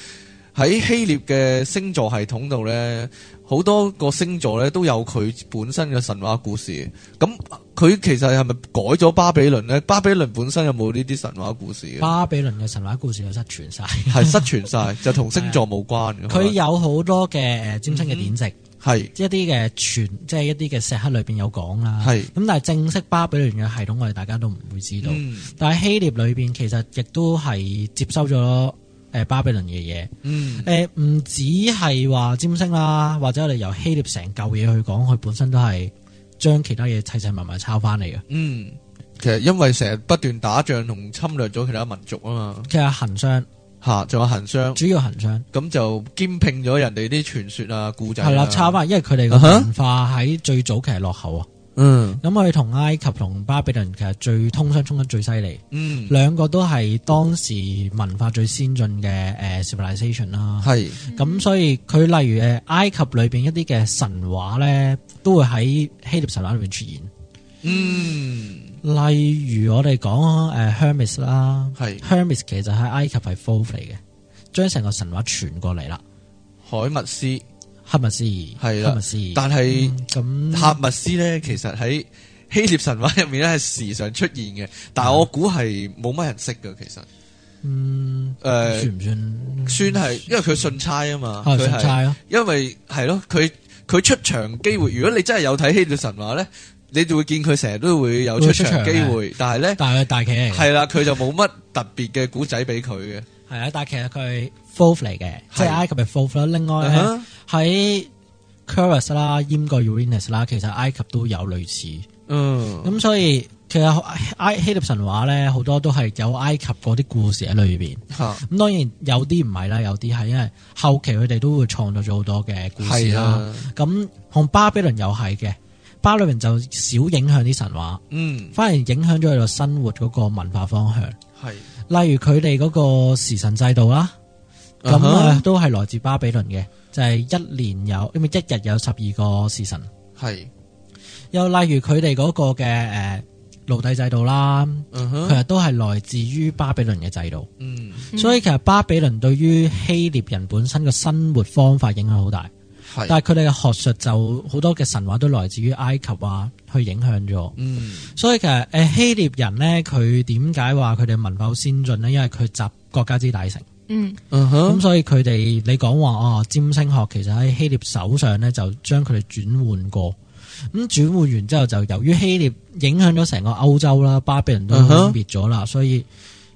Speaker 2: 喺希臘嘅星座系統度咧，好多個星座咧都有佢本身嘅神話故事。咁佢其實係咪改咗巴比倫咧？巴比倫本身有冇呢啲神話故事嘅？
Speaker 3: 巴比倫嘅神話故事有失傳晒，
Speaker 2: 係失傳晒，就同星座冇關嘅。
Speaker 3: 佢有好多嘅誒占星嘅
Speaker 2: 嗯
Speaker 3: 典籍，
Speaker 2: 係
Speaker 3: 一啲嘅傳，即係一啲嘅石刻裏邊有講啦。
Speaker 2: 係
Speaker 3: 咁，但係正式巴比倫嘅系統，我哋大家都唔會知道。
Speaker 2: 嗯
Speaker 3: 但係希臘裏邊其實亦都係接收咗誒巴比倫嘅嘢。
Speaker 2: 嗯
Speaker 3: 誒呃唔止係話占星啦，或者我哋由希臘成嚿嘢去講，佢本身都係將其他嘢砌砌埋埋抄翻嚟嘅。
Speaker 2: 嗯，其實因為成日不斷打仗同侵略咗其他民族啊嘛，
Speaker 3: 其實行商
Speaker 2: 嚇仲有行商。
Speaker 3: 主要行商。
Speaker 2: 咁就兼拼咗人哋啲傳說啊、故仔、啊。
Speaker 3: 係啦，Uh-huh 差翻，因為佢哋個文化喺最早期係落後啊。
Speaker 2: 嗯
Speaker 3: 咁佢同埃及同巴比倫其實最通商通得最犀利，
Speaker 2: 嗯，
Speaker 3: 兩個都係當時文化最先進嘅誒 civilization 啦。
Speaker 2: 係
Speaker 3: 咁所以佢例如誒埃及裏邊一啲嘅神話咧，都會喺希臘神話裏邊出現。
Speaker 2: 嗯
Speaker 3: 例如我哋講誒 Hermes 啦
Speaker 2: 係
Speaker 3: ，Hermes 其實喺埃及係 false 嚟嘅，將成個神話傳過嚟啦。
Speaker 2: 海密斯，
Speaker 3: 黑密斯係
Speaker 2: 啦
Speaker 3: 黑密斯，
Speaker 2: 但係
Speaker 3: 嗯咁
Speaker 2: 赫密斯咧，其實喺希臘神話入面咧係時常出現嘅，但係我估係冇乜人識嘅，其實
Speaker 3: 嗯
Speaker 2: 誒
Speaker 3: 算唔
Speaker 2: 算
Speaker 3: 算
Speaker 2: 係，因為佢信差啊嘛，
Speaker 3: 係
Speaker 2: 佢
Speaker 3: 信
Speaker 2: 係
Speaker 3: 差咯？
Speaker 2: 因為係咯，佢佢出場機會，如果你真係有睇希臘神話咧，你就會見佢成日都會有出場機
Speaker 3: 會
Speaker 2: 會，但係咧
Speaker 3: 但係佢大企嚟嘅，
Speaker 2: 係啦，佢就冇乜特別嘅古仔俾佢嘅。
Speaker 3: 係啊，但係其實佢係 false 嚟嘅，即係
Speaker 2: 係
Speaker 3: 埃及係 false 啦。另外呢
Speaker 2: 啊
Speaker 3: 喺 Curus 啦、淹過 Uranus 啦，其實埃及都有類似。
Speaker 2: 嗯，
Speaker 3: 咁所以其實埃希臘神話咧，好多都係有埃及嗰啲故事喺裏邊。
Speaker 2: 吓
Speaker 3: 咁當然有啲唔係啦，有啲係因為後期佢哋都會創作咗好多嘅故事
Speaker 2: 係
Speaker 3: 啦。
Speaker 2: 啊，
Speaker 3: 咁同巴比倫又係嘅，巴比倫就少影響啲神話，
Speaker 2: 嗯，
Speaker 3: 反而影響咗佢哋生活嗰個文化方向。
Speaker 2: 係
Speaker 3: 例如佢哋嗰個時辰制度啦，咁
Speaker 2: 啊哈
Speaker 3: 啊、都係來自巴比倫嘅，就係、一年有，因為一日有十二個時辰。
Speaker 2: 係，
Speaker 3: 又例如佢哋嗰個嘅誒、呃奴隸制度啦，
Speaker 2: 嗯
Speaker 3: 其
Speaker 2: 哼，
Speaker 3: 實都係來自於巴比倫嘅制度，
Speaker 2: 嗯，
Speaker 1: 嗯
Speaker 3: 所以其實巴比倫對於希臘人本身嘅生活方法影響好大，
Speaker 2: 係，
Speaker 3: 但係佢哋嘅學術就好多嘅神話都來自於埃及啊，去影響咗。
Speaker 2: 嗯，
Speaker 3: 所以其實誒、呃希臘人呢，佢點解話佢哋文化好先進呢？因為佢集國家之大成。
Speaker 1: 嗯，
Speaker 2: 嗯
Speaker 3: 咁、
Speaker 2: 哼，
Speaker 3: 所以佢哋你講話哦，占星學其實喺希臘手上咧，就將佢哋轉換過。咁轉換完之後，就由於希臘影響咗成個歐洲啦，巴比倫都
Speaker 2: 嗯哼
Speaker 3: 滅咗啦所以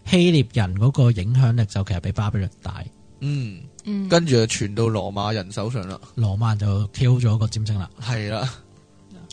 Speaker 3: 希臘人嗰個影響力就其實比巴比倫大。
Speaker 2: 嗯，
Speaker 1: 嗯，
Speaker 2: 跟住就傳到羅馬人手上啦，
Speaker 3: 羅曼就 kill 咗個占星啦，
Speaker 2: 係啦，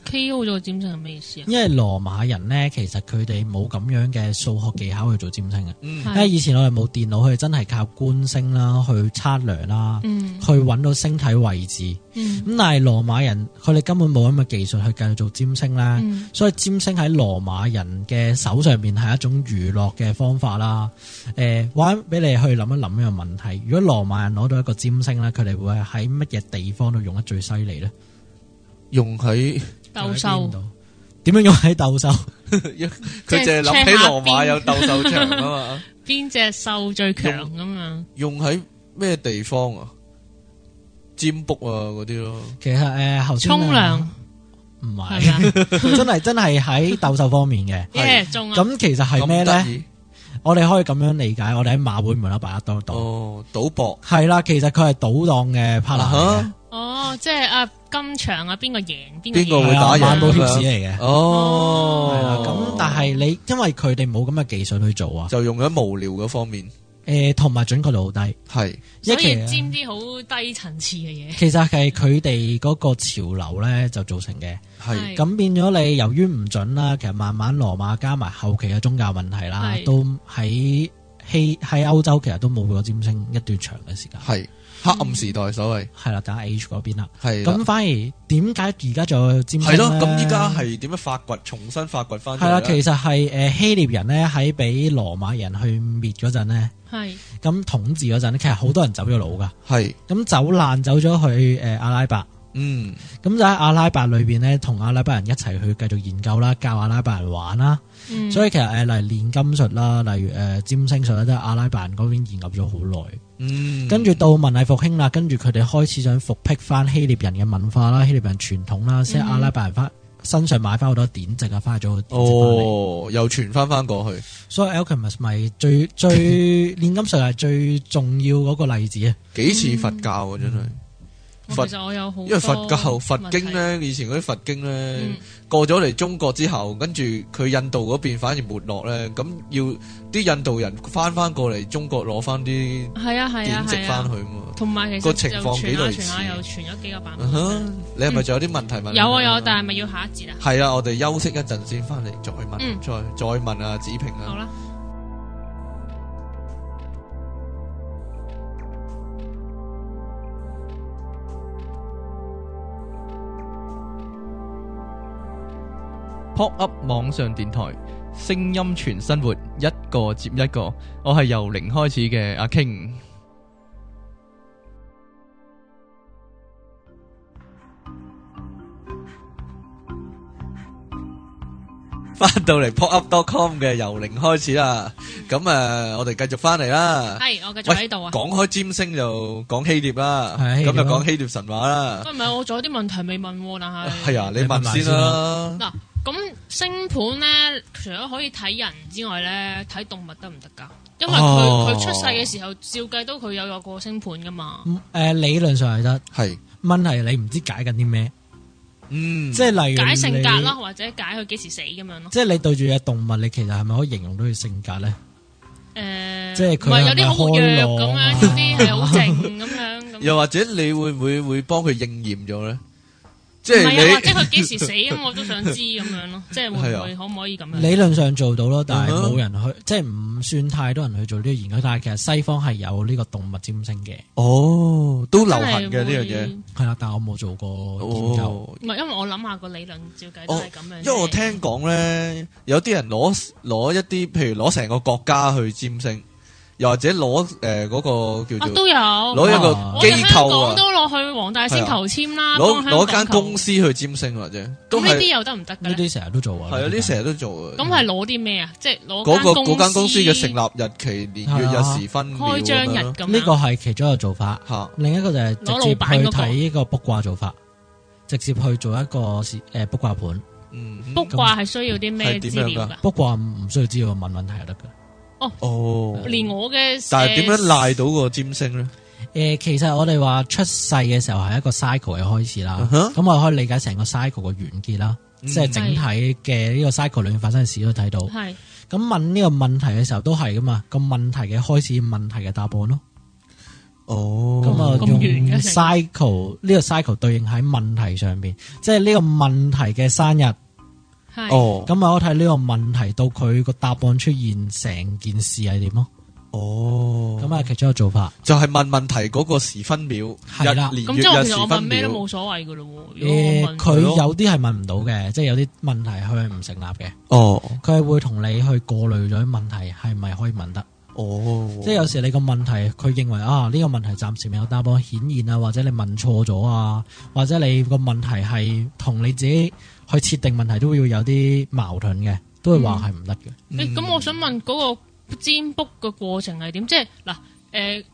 Speaker 1: K.O. 咗占星係咩意思啊？
Speaker 3: 因為羅馬人呢，其實佢哋冇咁樣嘅數學技巧去做占星嘅，
Speaker 2: 嗯，
Speaker 3: 因為
Speaker 1: 係，
Speaker 3: 以前我哋冇電腦，佢哋真係靠觀星啦去測量啦，
Speaker 1: 嗯
Speaker 3: 去揾到星體位置。
Speaker 1: 嗯
Speaker 3: 咁但係羅馬人佢哋根本冇咁嘅技術去繼續做占星
Speaker 2: 啊
Speaker 3: 啦，
Speaker 1: 嗯
Speaker 3: 所以占星喺羅馬人嘅手上面係一種娛樂嘅方法啦。誒、玩俾你去諗一諗呢個問題。如果羅馬人攞到一個占星咧，佢哋會喺乜嘢地方度用得最犀利咧？
Speaker 2: 用喺
Speaker 1: 鬥
Speaker 3: 就喺邊
Speaker 1: 獸，
Speaker 3: 度點樣用喺鬥獸？
Speaker 2: 佢淨係諗起羅馬有鬥獸場啊嘛，
Speaker 1: 邊只獸最強咁樣？
Speaker 2: 用喺咩地方啊？占卜啊嗰啲咯，
Speaker 3: 其實誒頭先啊
Speaker 1: 沖涼
Speaker 3: 唔係，
Speaker 1: 係咪啊
Speaker 3: 真係真係喺鬥獸方面嘅。
Speaker 2: 係
Speaker 1: ？Yeah，中啊！
Speaker 3: 咁其實係咩
Speaker 2: 咁得
Speaker 3: 咧？
Speaker 2: 意？
Speaker 3: 我哋可以咁樣理解，我哋喺馬會門口擺得多檔。
Speaker 2: 哦，賭博
Speaker 3: 係啦，其實佢係賭檔嘅 partner 嚟嘅
Speaker 2: 啊
Speaker 1: 哦，即係啊，今場啊，邊個贏邊個
Speaker 2: 邊個
Speaker 1: 贏
Speaker 2: 會打
Speaker 3: 係啊
Speaker 2: 贏
Speaker 3: 晚報
Speaker 2: 咁
Speaker 3: 貼
Speaker 2: 樣
Speaker 3: 士嚟嘅
Speaker 2: 哈，。
Speaker 1: 哦
Speaker 3: 係啦，啊
Speaker 2: 哦，
Speaker 3: 咁但係你因為佢哋冇咁嘅技術去做啊，
Speaker 2: 就用喺無聊嗰方面，
Speaker 3: 誒同埋準確度好低，
Speaker 2: 係
Speaker 1: 所以
Speaker 3: 因
Speaker 2: 啊
Speaker 3: 為
Speaker 1: 占
Speaker 3: 其
Speaker 1: 啲好低層次嘅嘢。
Speaker 3: 其實係佢哋嗰個潮流咧就造成嘅，
Speaker 2: 係
Speaker 1: 係
Speaker 3: 咁變咗你由於唔準啦，其實慢慢羅馬加埋後期嘅宗教問題啦，
Speaker 1: 係
Speaker 3: 都喺希喺歐洲其實都冇過占星一段長嘅時間，
Speaker 2: 係黑暗時代所謂
Speaker 3: 係啦，打 H 嗰邊啦，
Speaker 2: 係啦
Speaker 3: 咁反而點解而家仲有占星
Speaker 2: 係咯，
Speaker 3: 呢
Speaker 2: 咁依家係點樣發掘？重新發掘翻
Speaker 3: 係啦，
Speaker 2: 其
Speaker 3: 其實係誒希臘人咧喺俾羅馬人去滅嗰陣咧，
Speaker 1: 係
Speaker 3: 咁統治嗰陣咧，其實好多人走咗佬噶。
Speaker 2: 係
Speaker 3: 咁走爛走咗去誒、呃阿拉伯，
Speaker 2: 嗯
Speaker 3: 咁就喺阿拉伯裏邊咧，同阿拉伯人一齊去繼續研究啦，教阿拉伯人玩啦。
Speaker 1: 嗯
Speaker 3: 所以其實誒、呃例如煉金術啦，例如誒、呃占星術啦，都係阿拉伯人嗰邊研究咗好耐。
Speaker 2: 嗯，
Speaker 3: 跟住到文藝復興啦，跟住佢哋開始想復辟翻希臘人嘅文化啦、希臘人傳統啦，
Speaker 1: 嗯
Speaker 3: 先阿拉伯人翻身上買翻好多典籍啊，翻咗好多典籍翻嚟。
Speaker 2: 哦，又傳翻翻過去，
Speaker 3: 所以 Alchemist 咪最 最煉金術係最重要嗰個例子啊！
Speaker 2: 幾似佛教啊，真係。
Speaker 1: 我
Speaker 2: 佛
Speaker 1: 其實我嗯有好多
Speaker 2: 因為佛教佛經
Speaker 1: 問題，
Speaker 2: 咧，以前嗰啲佛經咧
Speaker 1: 嗯，
Speaker 2: 過咗嚟中國之後，跟住佢印度嗰邊反而沒落咧，咁要啲印度人翻翻過嚟中國攞翻啲
Speaker 1: 係啊係
Speaker 2: 典
Speaker 1: 啊
Speaker 2: 籍
Speaker 1: 係
Speaker 2: 翻
Speaker 1: 啊，
Speaker 2: 去啊嘛。
Speaker 1: 同埋其實
Speaker 2: 個情況
Speaker 1: 又
Speaker 2: 幾
Speaker 1: 傳下
Speaker 2: 類
Speaker 1: 傳下
Speaker 2: 似
Speaker 1: 又傳咗幾個版
Speaker 2: 嗯
Speaker 1: 本。
Speaker 2: 哼，你係咪仲有啲問題問？
Speaker 1: 有啊有啊，但係咪要下一節啊？
Speaker 2: 係啦，我哋休息一陣先，翻嚟再問，
Speaker 1: 嗯
Speaker 2: 再再問啊，子平
Speaker 1: 好
Speaker 2: 啊，
Speaker 1: 啦，
Speaker 4: Pop Up 網上電台，聲音全生活，一個接一個。我係由零開始嘅阿 King。
Speaker 2: 翻到嚟 popup.com 嘅由零開始啦。咁诶、呃我哋繼續翻嚟啦。
Speaker 1: 系我繼續喺度啊。
Speaker 2: 講開占星就講希臘啦，
Speaker 3: 係
Speaker 2: 咁
Speaker 3: 希臘
Speaker 2: 就
Speaker 3: 啦
Speaker 2: 講希臘神話啦。
Speaker 1: 喂唔係我仲有啲問題未問喎，但係
Speaker 2: 係啊，你
Speaker 3: 你問
Speaker 2: 問
Speaker 3: 埋
Speaker 2: 先
Speaker 3: 先
Speaker 2: 啦。
Speaker 1: 嗱，咁星盤咧，除咗可以睇人之外咧，睇動物得唔得㗎？因為佢
Speaker 2: 哦
Speaker 1: 佢出世嘅時候，照計都佢有有個星盤㗎嘛。
Speaker 3: 诶嗯理論上係得，
Speaker 2: 係，
Speaker 3: 問題係你唔知解緊啲咩，
Speaker 2: 嗯，
Speaker 3: 即係例如
Speaker 1: 解性格
Speaker 3: 你
Speaker 1: 啦，，或者解佢幾時死咁樣咯。
Speaker 3: 即係你對住只動物，你其實係咪可以形容到佢性格咧？
Speaker 1: 誒，
Speaker 3: 即係
Speaker 1: 呃
Speaker 3: 佢
Speaker 1: 唔係
Speaker 3: 係
Speaker 1: 有啲好活躍
Speaker 3: 咪
Speaker 1: 咁
Speaker 3: 開
Speaker 1: 樣，
Speaker 3: 朗啊
Speaker 1: 有啲係好靜咁樣咁。
Speaker 2: 又或者你會唔會會幫佢應驗咗咧？ 即
Speaker 1: 唔係啊，或者
Speaker 2: 係
Speaker 1: 佢幾時死咁，我都想知咁樣咯。即係會唔
Speaker 2: 係啊
Speaker 1: 會可唔可以咁樣？
Speaker 3: 理論上做到咯，但係
Speaker 2: 嗯哼
Speaker 3: 冇人去，即係唔算太多人去做呢個研究。但係其實西方係有呢個動物占星嘅，
Speaker 2: 你哦，都流行嘅
Speaker 1: 真係
Speaker 2: 呢
Speaker 1: 會
Speaker 2: 樣嘢。
Speaker 3: 係啦，但我冇做過研究。
Speaker 2: 哦，
Speaker 1: 唔係因為我諗下個理論，照計都係咁樣啫。啊
Speaker 2: 因為我聽講咧，有啲人攞攞一啲，譬如攞成個國家去占星，又或者攞誒嗰個
Speaker 1: 啊
Speaker 2: 叫做
Speaker 1: 都有
Speaker 2: 攞一個
Speaker 1: 我
Speaker 2: 機
Speaker 1: 哋香
Speaker 2: 構啊
Speaker 1: 港。都落去黃大仙求簽啦，
Speaker 2: 攞
Speaker 1: 幫香港
Speaker 2: 攞間
Speaker 1: 求
Speaker 2: 公司去占星或者都
Speaker 1: 咁呢
Speaker 2: 係
Speaker 1: 啲又得唔得嘅
Speaker 3: 呢
Speaker 1: 咧？
Speaker 3: 啲成日都做啊。
Speaker 2: 係啊，呢成日都做啊。
Speaker 1: 咁係攞啲咩啊？即係攞
Speaker 2: 嗰個
Speaker 1: 個
Speaker 2: 嗰間公司嘅成立啊日期、年月日時分秒
Speaker 1: 開張日
Speaker 2: 咁樣咯
Speaker 1: 咁
Speaker 3: 呢
Speaker 1: 樣
Speaker 3: 個係其中一個做法，
Speaker 2: 嚇
Speaker 3: 另一個就係直接去
Speaker 1: 攞老闆嗰個
Speaker 3: 睇呢個卜卦做法，直接去做一個诶卜卦盤。
Speaker 2: 嗯哼
Speaker 1: 卜卦係需要啲咩
Speaker 2: 係點樣
Speaker 1: 資料㗎？
Speaker 3: 卜卦唔需要知道問問題就得㗎。
Speaker 2: 哦，
Speaker 1: 連我嘅
Speaker 2: 但係點樣
Speaker 1: 誒
Speaker 2: 賴到個占星咧？
Speaker 3: 诶、呃其實我哋話出世嘅時候係一個 cycle 嘅開始啦，
Speaker 2: 嗯哼
Speaker 3: 咁、我可以理解成個 cycle 嘅完結啦，
Speaker 2: 嗯
Speaker 3: 即係整體嘅呢個 cycle 裏面發生嘅事都睇到。
Speaker 1: 係
Speaker 3: 咁問呢個問題嘅時候都係噶嘛，個問題嘅開始，問題嘅答案咯。
Speaker 2: 哦，
Speaker 3: 咁啊、
Speaker 1: 咁
Speaker 3: 用
Speaker 1: 遠嘅成
Speaker 3: cycle 呢個 cycle 對應喺問題上面，即係呢個問題嘅生日。
Speaker 1: 係
Speaker 2: 哦，
Speaker 3: 咁啊，我睇呢個問題到佢個答案出現，成件事係點咯？
Speaker 2: 哦，
Speaker 3: 咁啊，其中一個做法。
Speaker 2: 就係問問題嗰個時分秒、日
Speaker 3: 係啦
Speaker 2: 年
Speaker 1: 咁
Speaker 2: 月
Speaker 1: 即係我
Speaker 2: 日
Speaker 1: 其實
Speaker 2: 時
Speaker 1: 我問
Speaker 2: 分
Speaker 1: 咩都
Speaker 2: 秒。
Speaker 1: 冇所謂㗎咯喎。如
Speaker 3: 誒
Speaker 1: 果
Speaker 3: 佢
Speaker 1: 我問
Speaker 3: 有啲係問唔到嘅，即係有啲問題佢係唔成立嘅。
Speaker 2: 哦，
Speaker 3: 佢係會同你去過濾咗問題係咪可以問得，
Speaker 2: 哦，
Speaker 3: 即係有時你個問題佢認為啊呢、個問題暫時未有答案顯現啊，或者你問錯咗啊，或者你個問題係同你自己去設定問題都會有啲矛盾嘅，都會話係嗯唔得
Speaker 1: 誒
Speaker 3: 嘅。
Speaker 1: 咁，我想問嗰個占卜嘅過程係點？即係嗱誒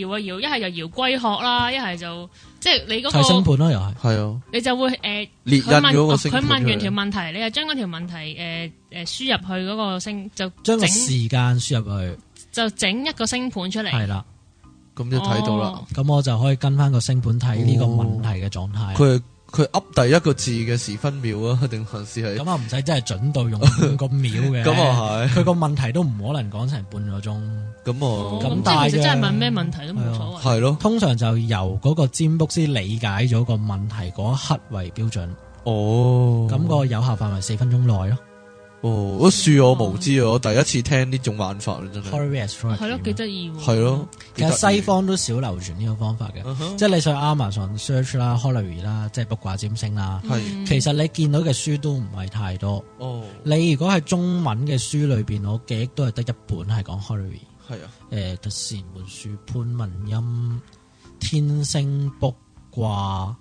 Speaker 1: 搖啊搖，一係就搖龜殼啦，一係就即係你
Speaker 3: 睇
Speaker 1: 嗰
Speaker 3: 星
Speaker 1: 個
Speaker 3: 盤咯，又係
Speaker 2: 係啊，
Speaker 1: 你就會誒。
Speaker 2: 列印
Speaker 1: 佢問
Speaker 2: 嗰個星
Speaker 1: 佢問
Speaker 2: 盤出嚟
Speaker 1: 完條問題，你就將嗰條問題誒誒輸入去嗰個星，就
Speaker 3: 將個
Speaker 1: 整
Speaker 3: 時間輸入去，
Speaker 1: 就整一個星盤出嚟。
Speaker 3: 係啦，
Speaker 2: 咁就睇到啦。
Speaker 1: 哦。
Speaker 3: 咁我就可以跟翻個星盤睇呢個問題嘅狀態。
Speaker 2: 佢佢噏第一個字嘅時分秒啊， 定還是係
Speaker 3: 咁啊，唔使真係準到用五個秒嘅。
Speaker 2: 咁啊
Speaker 3: 佢個問題都唔可能講成半個鐘。
Speaker 2: 係咁
Speaker 1: 哦
Speaker 2: 啊，
Speaker 3: 咁
Speaker 1: 咁即
Speaker 3: 但係
Speaker 1: 係其實真係
Speaker 3: 嘅
Speaker 1: 問咩問題都冇所謂。
Speaker 2: 係咯。
Speaker 3: 通常就由嗰個占卜師理解咗個問題嗰一刻為標準，
Speaker 2: 哦，
Speaker 3: 咁、個有效範圍四分鐘內咯。
Speaker 2: 哦，我恕我無知啊！我第一次聽呢種玩法真
Speaker 3: h o
Speaker 2: 係，
Speaker 3: r r y s t r o
Speaker 1: 係咯，幾得意喎。
Speaker 2: 係咯。
Speaker 3: 啊其實西方都少流傳呢個方法
Speaker 2: 嗯
Speaker 3: 嘅，即係你上 Amazon search 啦、h o l l y 啦，即係卜卦占星啦。
Speaker 2: 係
Speaker 1: 嗯，
Speaker 3: 其實你見到嘅書都唔係太多，
Speaker 2: 哦，
Speaker 3: 你如果係中文嘅書裏邊，我記憶都係得一本係講 h o l l y
Speaker 2: 係啊，
Speaker 3: 誒特善本書潘文音天星卜卦，啊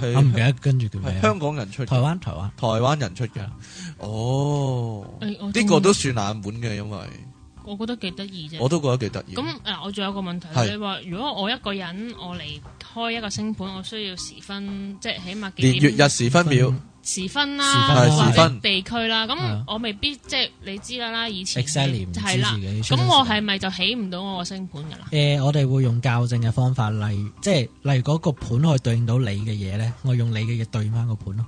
Speaker 2: 係
Speaker 3: 我唔記得跟住叫咩
Speaker 2: 係
Speaker 3: 啊，
Speaker 2: 香港人出
Speaker 3: 台
Speaker 2: 嘅，
Speaker 3: 灣台灣。
Speaker 2: 台灣啊人出嘅
Speaker 3: 係。
Speaker 2: 哦，
Speaker 1: 誒我
Speaker 2: 呢個都算冷門嘅，因為
Speaker 1: 我覺得幾得意啫。
Speaker 2: 我都覺得幾得意。
Speaker 1: 咁誒，我仲有個問題，
Speaker 2: 係
Speaker 1: 你話如果我一個人我嚟開一個星盤，我需要時分，即係起碼
Speaker 2: 年
Speaker 1: 幾
Speaker 2: 月
Speaker 1: 點
Speaker 2: 日時分秒，
Speaker 1: 時分
Speaker 3: 時
Speaker 1: 啦，
Speaker 3: 分
Speaker 2: 啦
Speaker 1: 或
Speaker 2: 時
Speaker 1: 者
Speaker 2: 分
Speaker 1: 地區啦。
Speaker 3: 係
Speaker 1: 咁
Speaker 3: 啊
Speaker 1: 我未必即係你知啦啦，以前
Speaker 3: Exactly，唔知
Speaker 1: 係啦
Speaker 3: 自己。出
Speaker 1: 咁
Speaker 3: 咗
Speaker 1: 我
Speaker 3: 事
Speaker 1: 係咪就起唔到我個星盤㗎啦？
Speaker 3: 誒、呃我哋會用校正嘅方法，例如即係例如嗰個盤可以對應到你嘅嘢咧，我用你嘅嘢對翻個盤咯，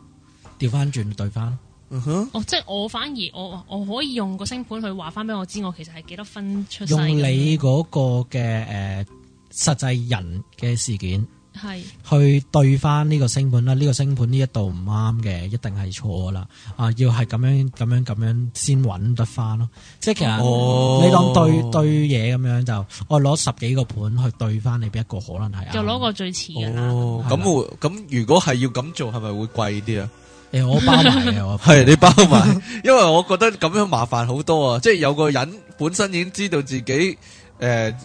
Speaker 3: 調翻轉對翻。
Speaker 2: 嗯哼，
Speaker 1: 哦，即係我反而我我可以用個星盤去話翻俾我知，我其實係幾多分出世咁樣。
Speaker 3: 用你嗰個嘅誒、呃、實際人嘅事件
Speaker 1: 係
Speaker 3: 去對翻呢個星盤啦，呢、個星盤呢一度唔啱嘅，一定係錯噶啦。啊，要係咁樣咁樣咁樣先揾得翻咯。即係其實、
Speaker 2: 哦
Speaker 3: 你當對對嘢咁樣就，我攞十幾個盤去對翻你邊一個可能係啱。
Speaker 1: 就攞個最似㗎啦。
Speaker 2: 哦，咁會咁如果係要咁做，係咪會貴啲啊？
Speaker 3: 誒我包埋嘅 我。
Speaker 2: 係你包埋， 因為我覺得咁樣麻煩好多啊！即係有個人本身已經知道自己诶、呃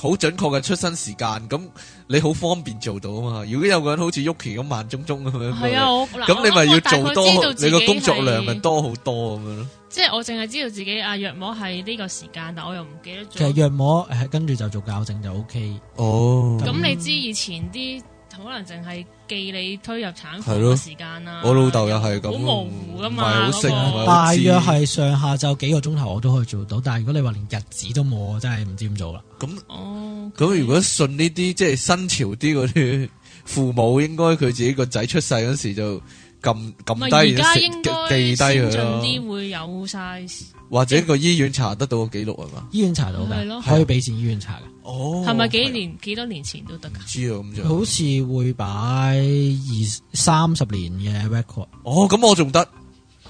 Speaker 2: 好準確嘅出生時間，咁你好方便做到啊嘛。如果有個人好似 Yuki 咁慢中中咁樣，
Speaker 1: 係啊，我嗱
Speaker 2: 咁你咪要做
Speaker 1: 我諗我大概知
Speaker 2: 多，
Speaker 1: 道
Speaker 2: 你
Speaker 1: 自己
Speaker 2: 個工作量咪
Speaker 1: 係
Speaker 2: 多好多咁樣咯。
Speaker 1: 即係我淨係知道自己啊藥膜係呢個時間，但我又唔記得
Speaker 3: 其實
Speaker 1: 咗。
Speaker 3: 藥膜誒跟住就做校正就 O K。
Speaker 2: 哦
Speaker 1: 咁你知以前啲可能淨係記你推入產房
Speaker 2: 係咯
Speaker 1: 嘅時間啊啦。
Speaker 2: 我老豆又係咁，
Speaker 1: 好模糊噶
Speaker 2: 唔係
Speaker 1: 嘛，
Speaker 2: 好識
Speaker 1: 嗰個
Speaker 2: 唔係好
Speaker 3: 大約
Speaker 2: 知
Speaker 3: 係上下晝幾個鐘頭我都可以做到，但係如果你話連日子都冇，我真係唔知點做啦。
Speaker 2: 咁
Speaker 1: 哦，
Speaker 2: 咁如果信呢啲即係新潮啲嗰啲父母，應該佢自己個仔出世嗰時就撳
Speaker 1: 唔係
Speaker 2: 撳低，
Speaker 1: 而家
Speaker 2: 食
Speaker 1: 應
Speaker 2: 記
Speaker 1: 該先
Speaker 2: 低
Speaker 1: 進
Speaker 2: 佢咯，
Speaker 1: 啲會有晒，係
Speaker 2: 或者個醫院查得到個記錄係嘛？
Speaker 3: 醫院查到
Speaker 1: 係咯
Speaker 3: 嘅，可以俾錢醫院查嘅，
Speaker 2: 哦，
Speaker 1: 咪幾年幾多年前都得㗎
Speaker 2: 唔？知啊咁就？
Speaker 3: 好似會擺二三十年 嘅 record。
Speaker 2: 哦，咁我仲得，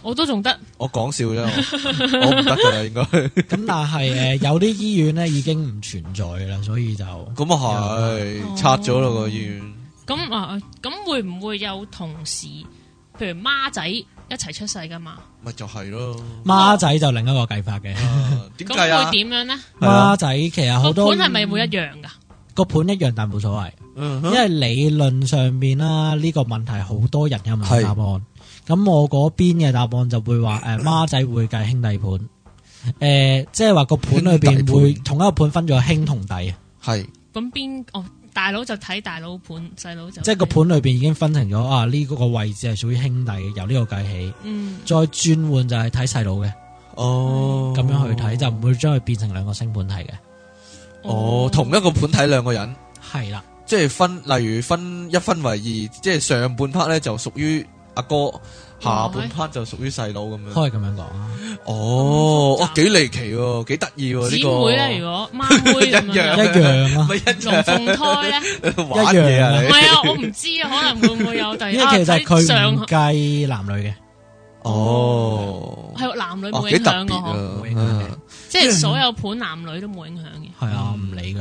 Speaker 1: 我都仲得，
Speaker 2: 我講笑啫，我我唔得噶啦，應該
Speaker 3: 咁但係誒有啲醫院咧已經唔存在啦，所以就
Speaker 2: 咁啊係拆咗啦個醫院。
Speaker 1: 咁啊咁會唔會有同時，譬如孖仔一齊出世㗎嘛？
Speaker 2: 咪就係咯，
Speaker 3: 孖仔就另一個計法嘅。
Speaker 2: 啊點
Speaker 1: 咁
Speaker 2: 計啊
Speaker 1: 會？點樣咧？
Speaker 2: 係啊
Speaker 3: 孖仔其實好
Speaker 1: 哦個
Speaker 3: 多
Speaker 1: 盤係咪會一樣㗎？
Speaker 3: 個盤一樣，但冇所謂。
Speaker 2: 嗯
Speaker 3: 因
Speaker 2: 哼
Speaker 3: 為理論上面啦，呢、個問題好多人有問答案。咁我嗰邊嘅答案就會 話誒孖仔會計兄弟盤，誒、即係話個盤裏
Speaker 2: 兄弟
Speaker 3: 邊
Speaker 2: 盤
Speaker 3: 會同一個盤分咗兄同弟啊，
Speaker 2: 係
Speaker 1: 咁邊哦大佬就睇大佬盤，細佬就
Speaker 3: 即係個
Speaker 1: 睇
Speaker 3: 盤裏邊已經分成咗啊呢、個位置係屬於兄弟嘅，由呢個計起，
Speaker 1: 嗯
Speaker 3: 再轉換就係睇細佬嘅，
Speaker 2: 哦，
Speaker 3: 咁樣去睇就唔會將佢變成兩個星盤睇嘅，
Speaker 2: 哦，同一個盤睇兩個人。
Speaker 3: 係啦，
Speaker 2: 即係分，例如分一分為二，即係上半 part 咧就屬於阿哥，下
Speaker 1: 哦
Speaker 2: 半 part 就屬於細佬咁樣。
Speaker 3: 可以咁樣講啊。
Speaker 2: 哦，
Speaker 1: 咁複雜
Speaker 2: 哇，幾離奇喎，幾得意喎
Speaker 1: 姊
Speaker 2: 呢個。
Speaker 1: 妹咧，如果孖 妹咁
Speaker 2: 一樣
Speaker 1: 樣
Speaker 3: 一樣啊
Speaker 2: 咪一
Speaker 1: 龍
Speaker 2: 樣
Speaker 1: 鳳胎 咧。
Speaker 2: 玩嘢啊
Speaker 1: 唔
Speaker 2: 你？
Speaker 1: 係啊，我唔知啊，可能會唔會有第
Speaker 3: 因為其實佢
Speaker 1: 上
Speaker 3: 唔計男女嘅，
Speaker 2: 哦，
Speaker 1: 係男女
Speaker 2: 哦
Speaker 1: 冇
Speaker 2: 幾
Speaker 1: 影
Speaker 2: 特
Speaker 1: 響
Speaker 2: 別
Speaker 1: 嘅，嗬
Speaker 3: 冇影
Speaker 2: 啊
Speaker 3: 響嘅
Speaker 2: 啊！
Speaker 1: 即係所有盤男女都冇影響嘅。
Speaker 3: 係啊，唔理㗎。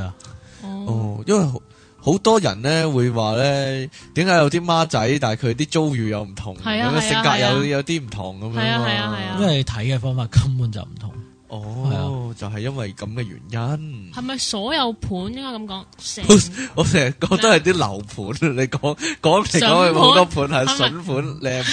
Speaker 1: 哦，
Speaker 2: 哦，因為好好多人咧會話咧，點解有啲孖仔，但係佢啲遭遇又唔同，
Speaker 1: 係啊係
Speaker 2: 咁樣
Speaker 1: 啊
Speaker 2: 性格
Speaker 1: 係啊
Speaker 2: 有有啲唔同咁樣
Speaker 1: 係啊係啊
Speaker 2: 嘛
Speaker 1: 係啊
Speaker 3: 因為睇嘅方法根本就唔同。
Speaker 2: 哦，就係因為咁嘅原因。
Speaker 1: 係咪所有盤應該咁講？成
Speaker 2: 我成日覺得係啲樓 盤，你講講嚟講去好多盤係筍
Speaker 1: 筍
Speaker 2: 盤、 靚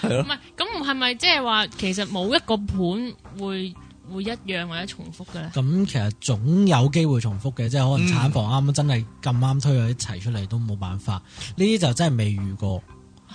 Speaker 2: 盤，
Speaker 1: 唔係咁係咪即係話其實冇一個盤會會一樣或者重複嘅咧？
Speaker 3: 咁其實總有機會重複嘅，即係可能產房啱啱真係咁啱推咗一齊出嚟都冇辦法，呢啲就真係未遇過。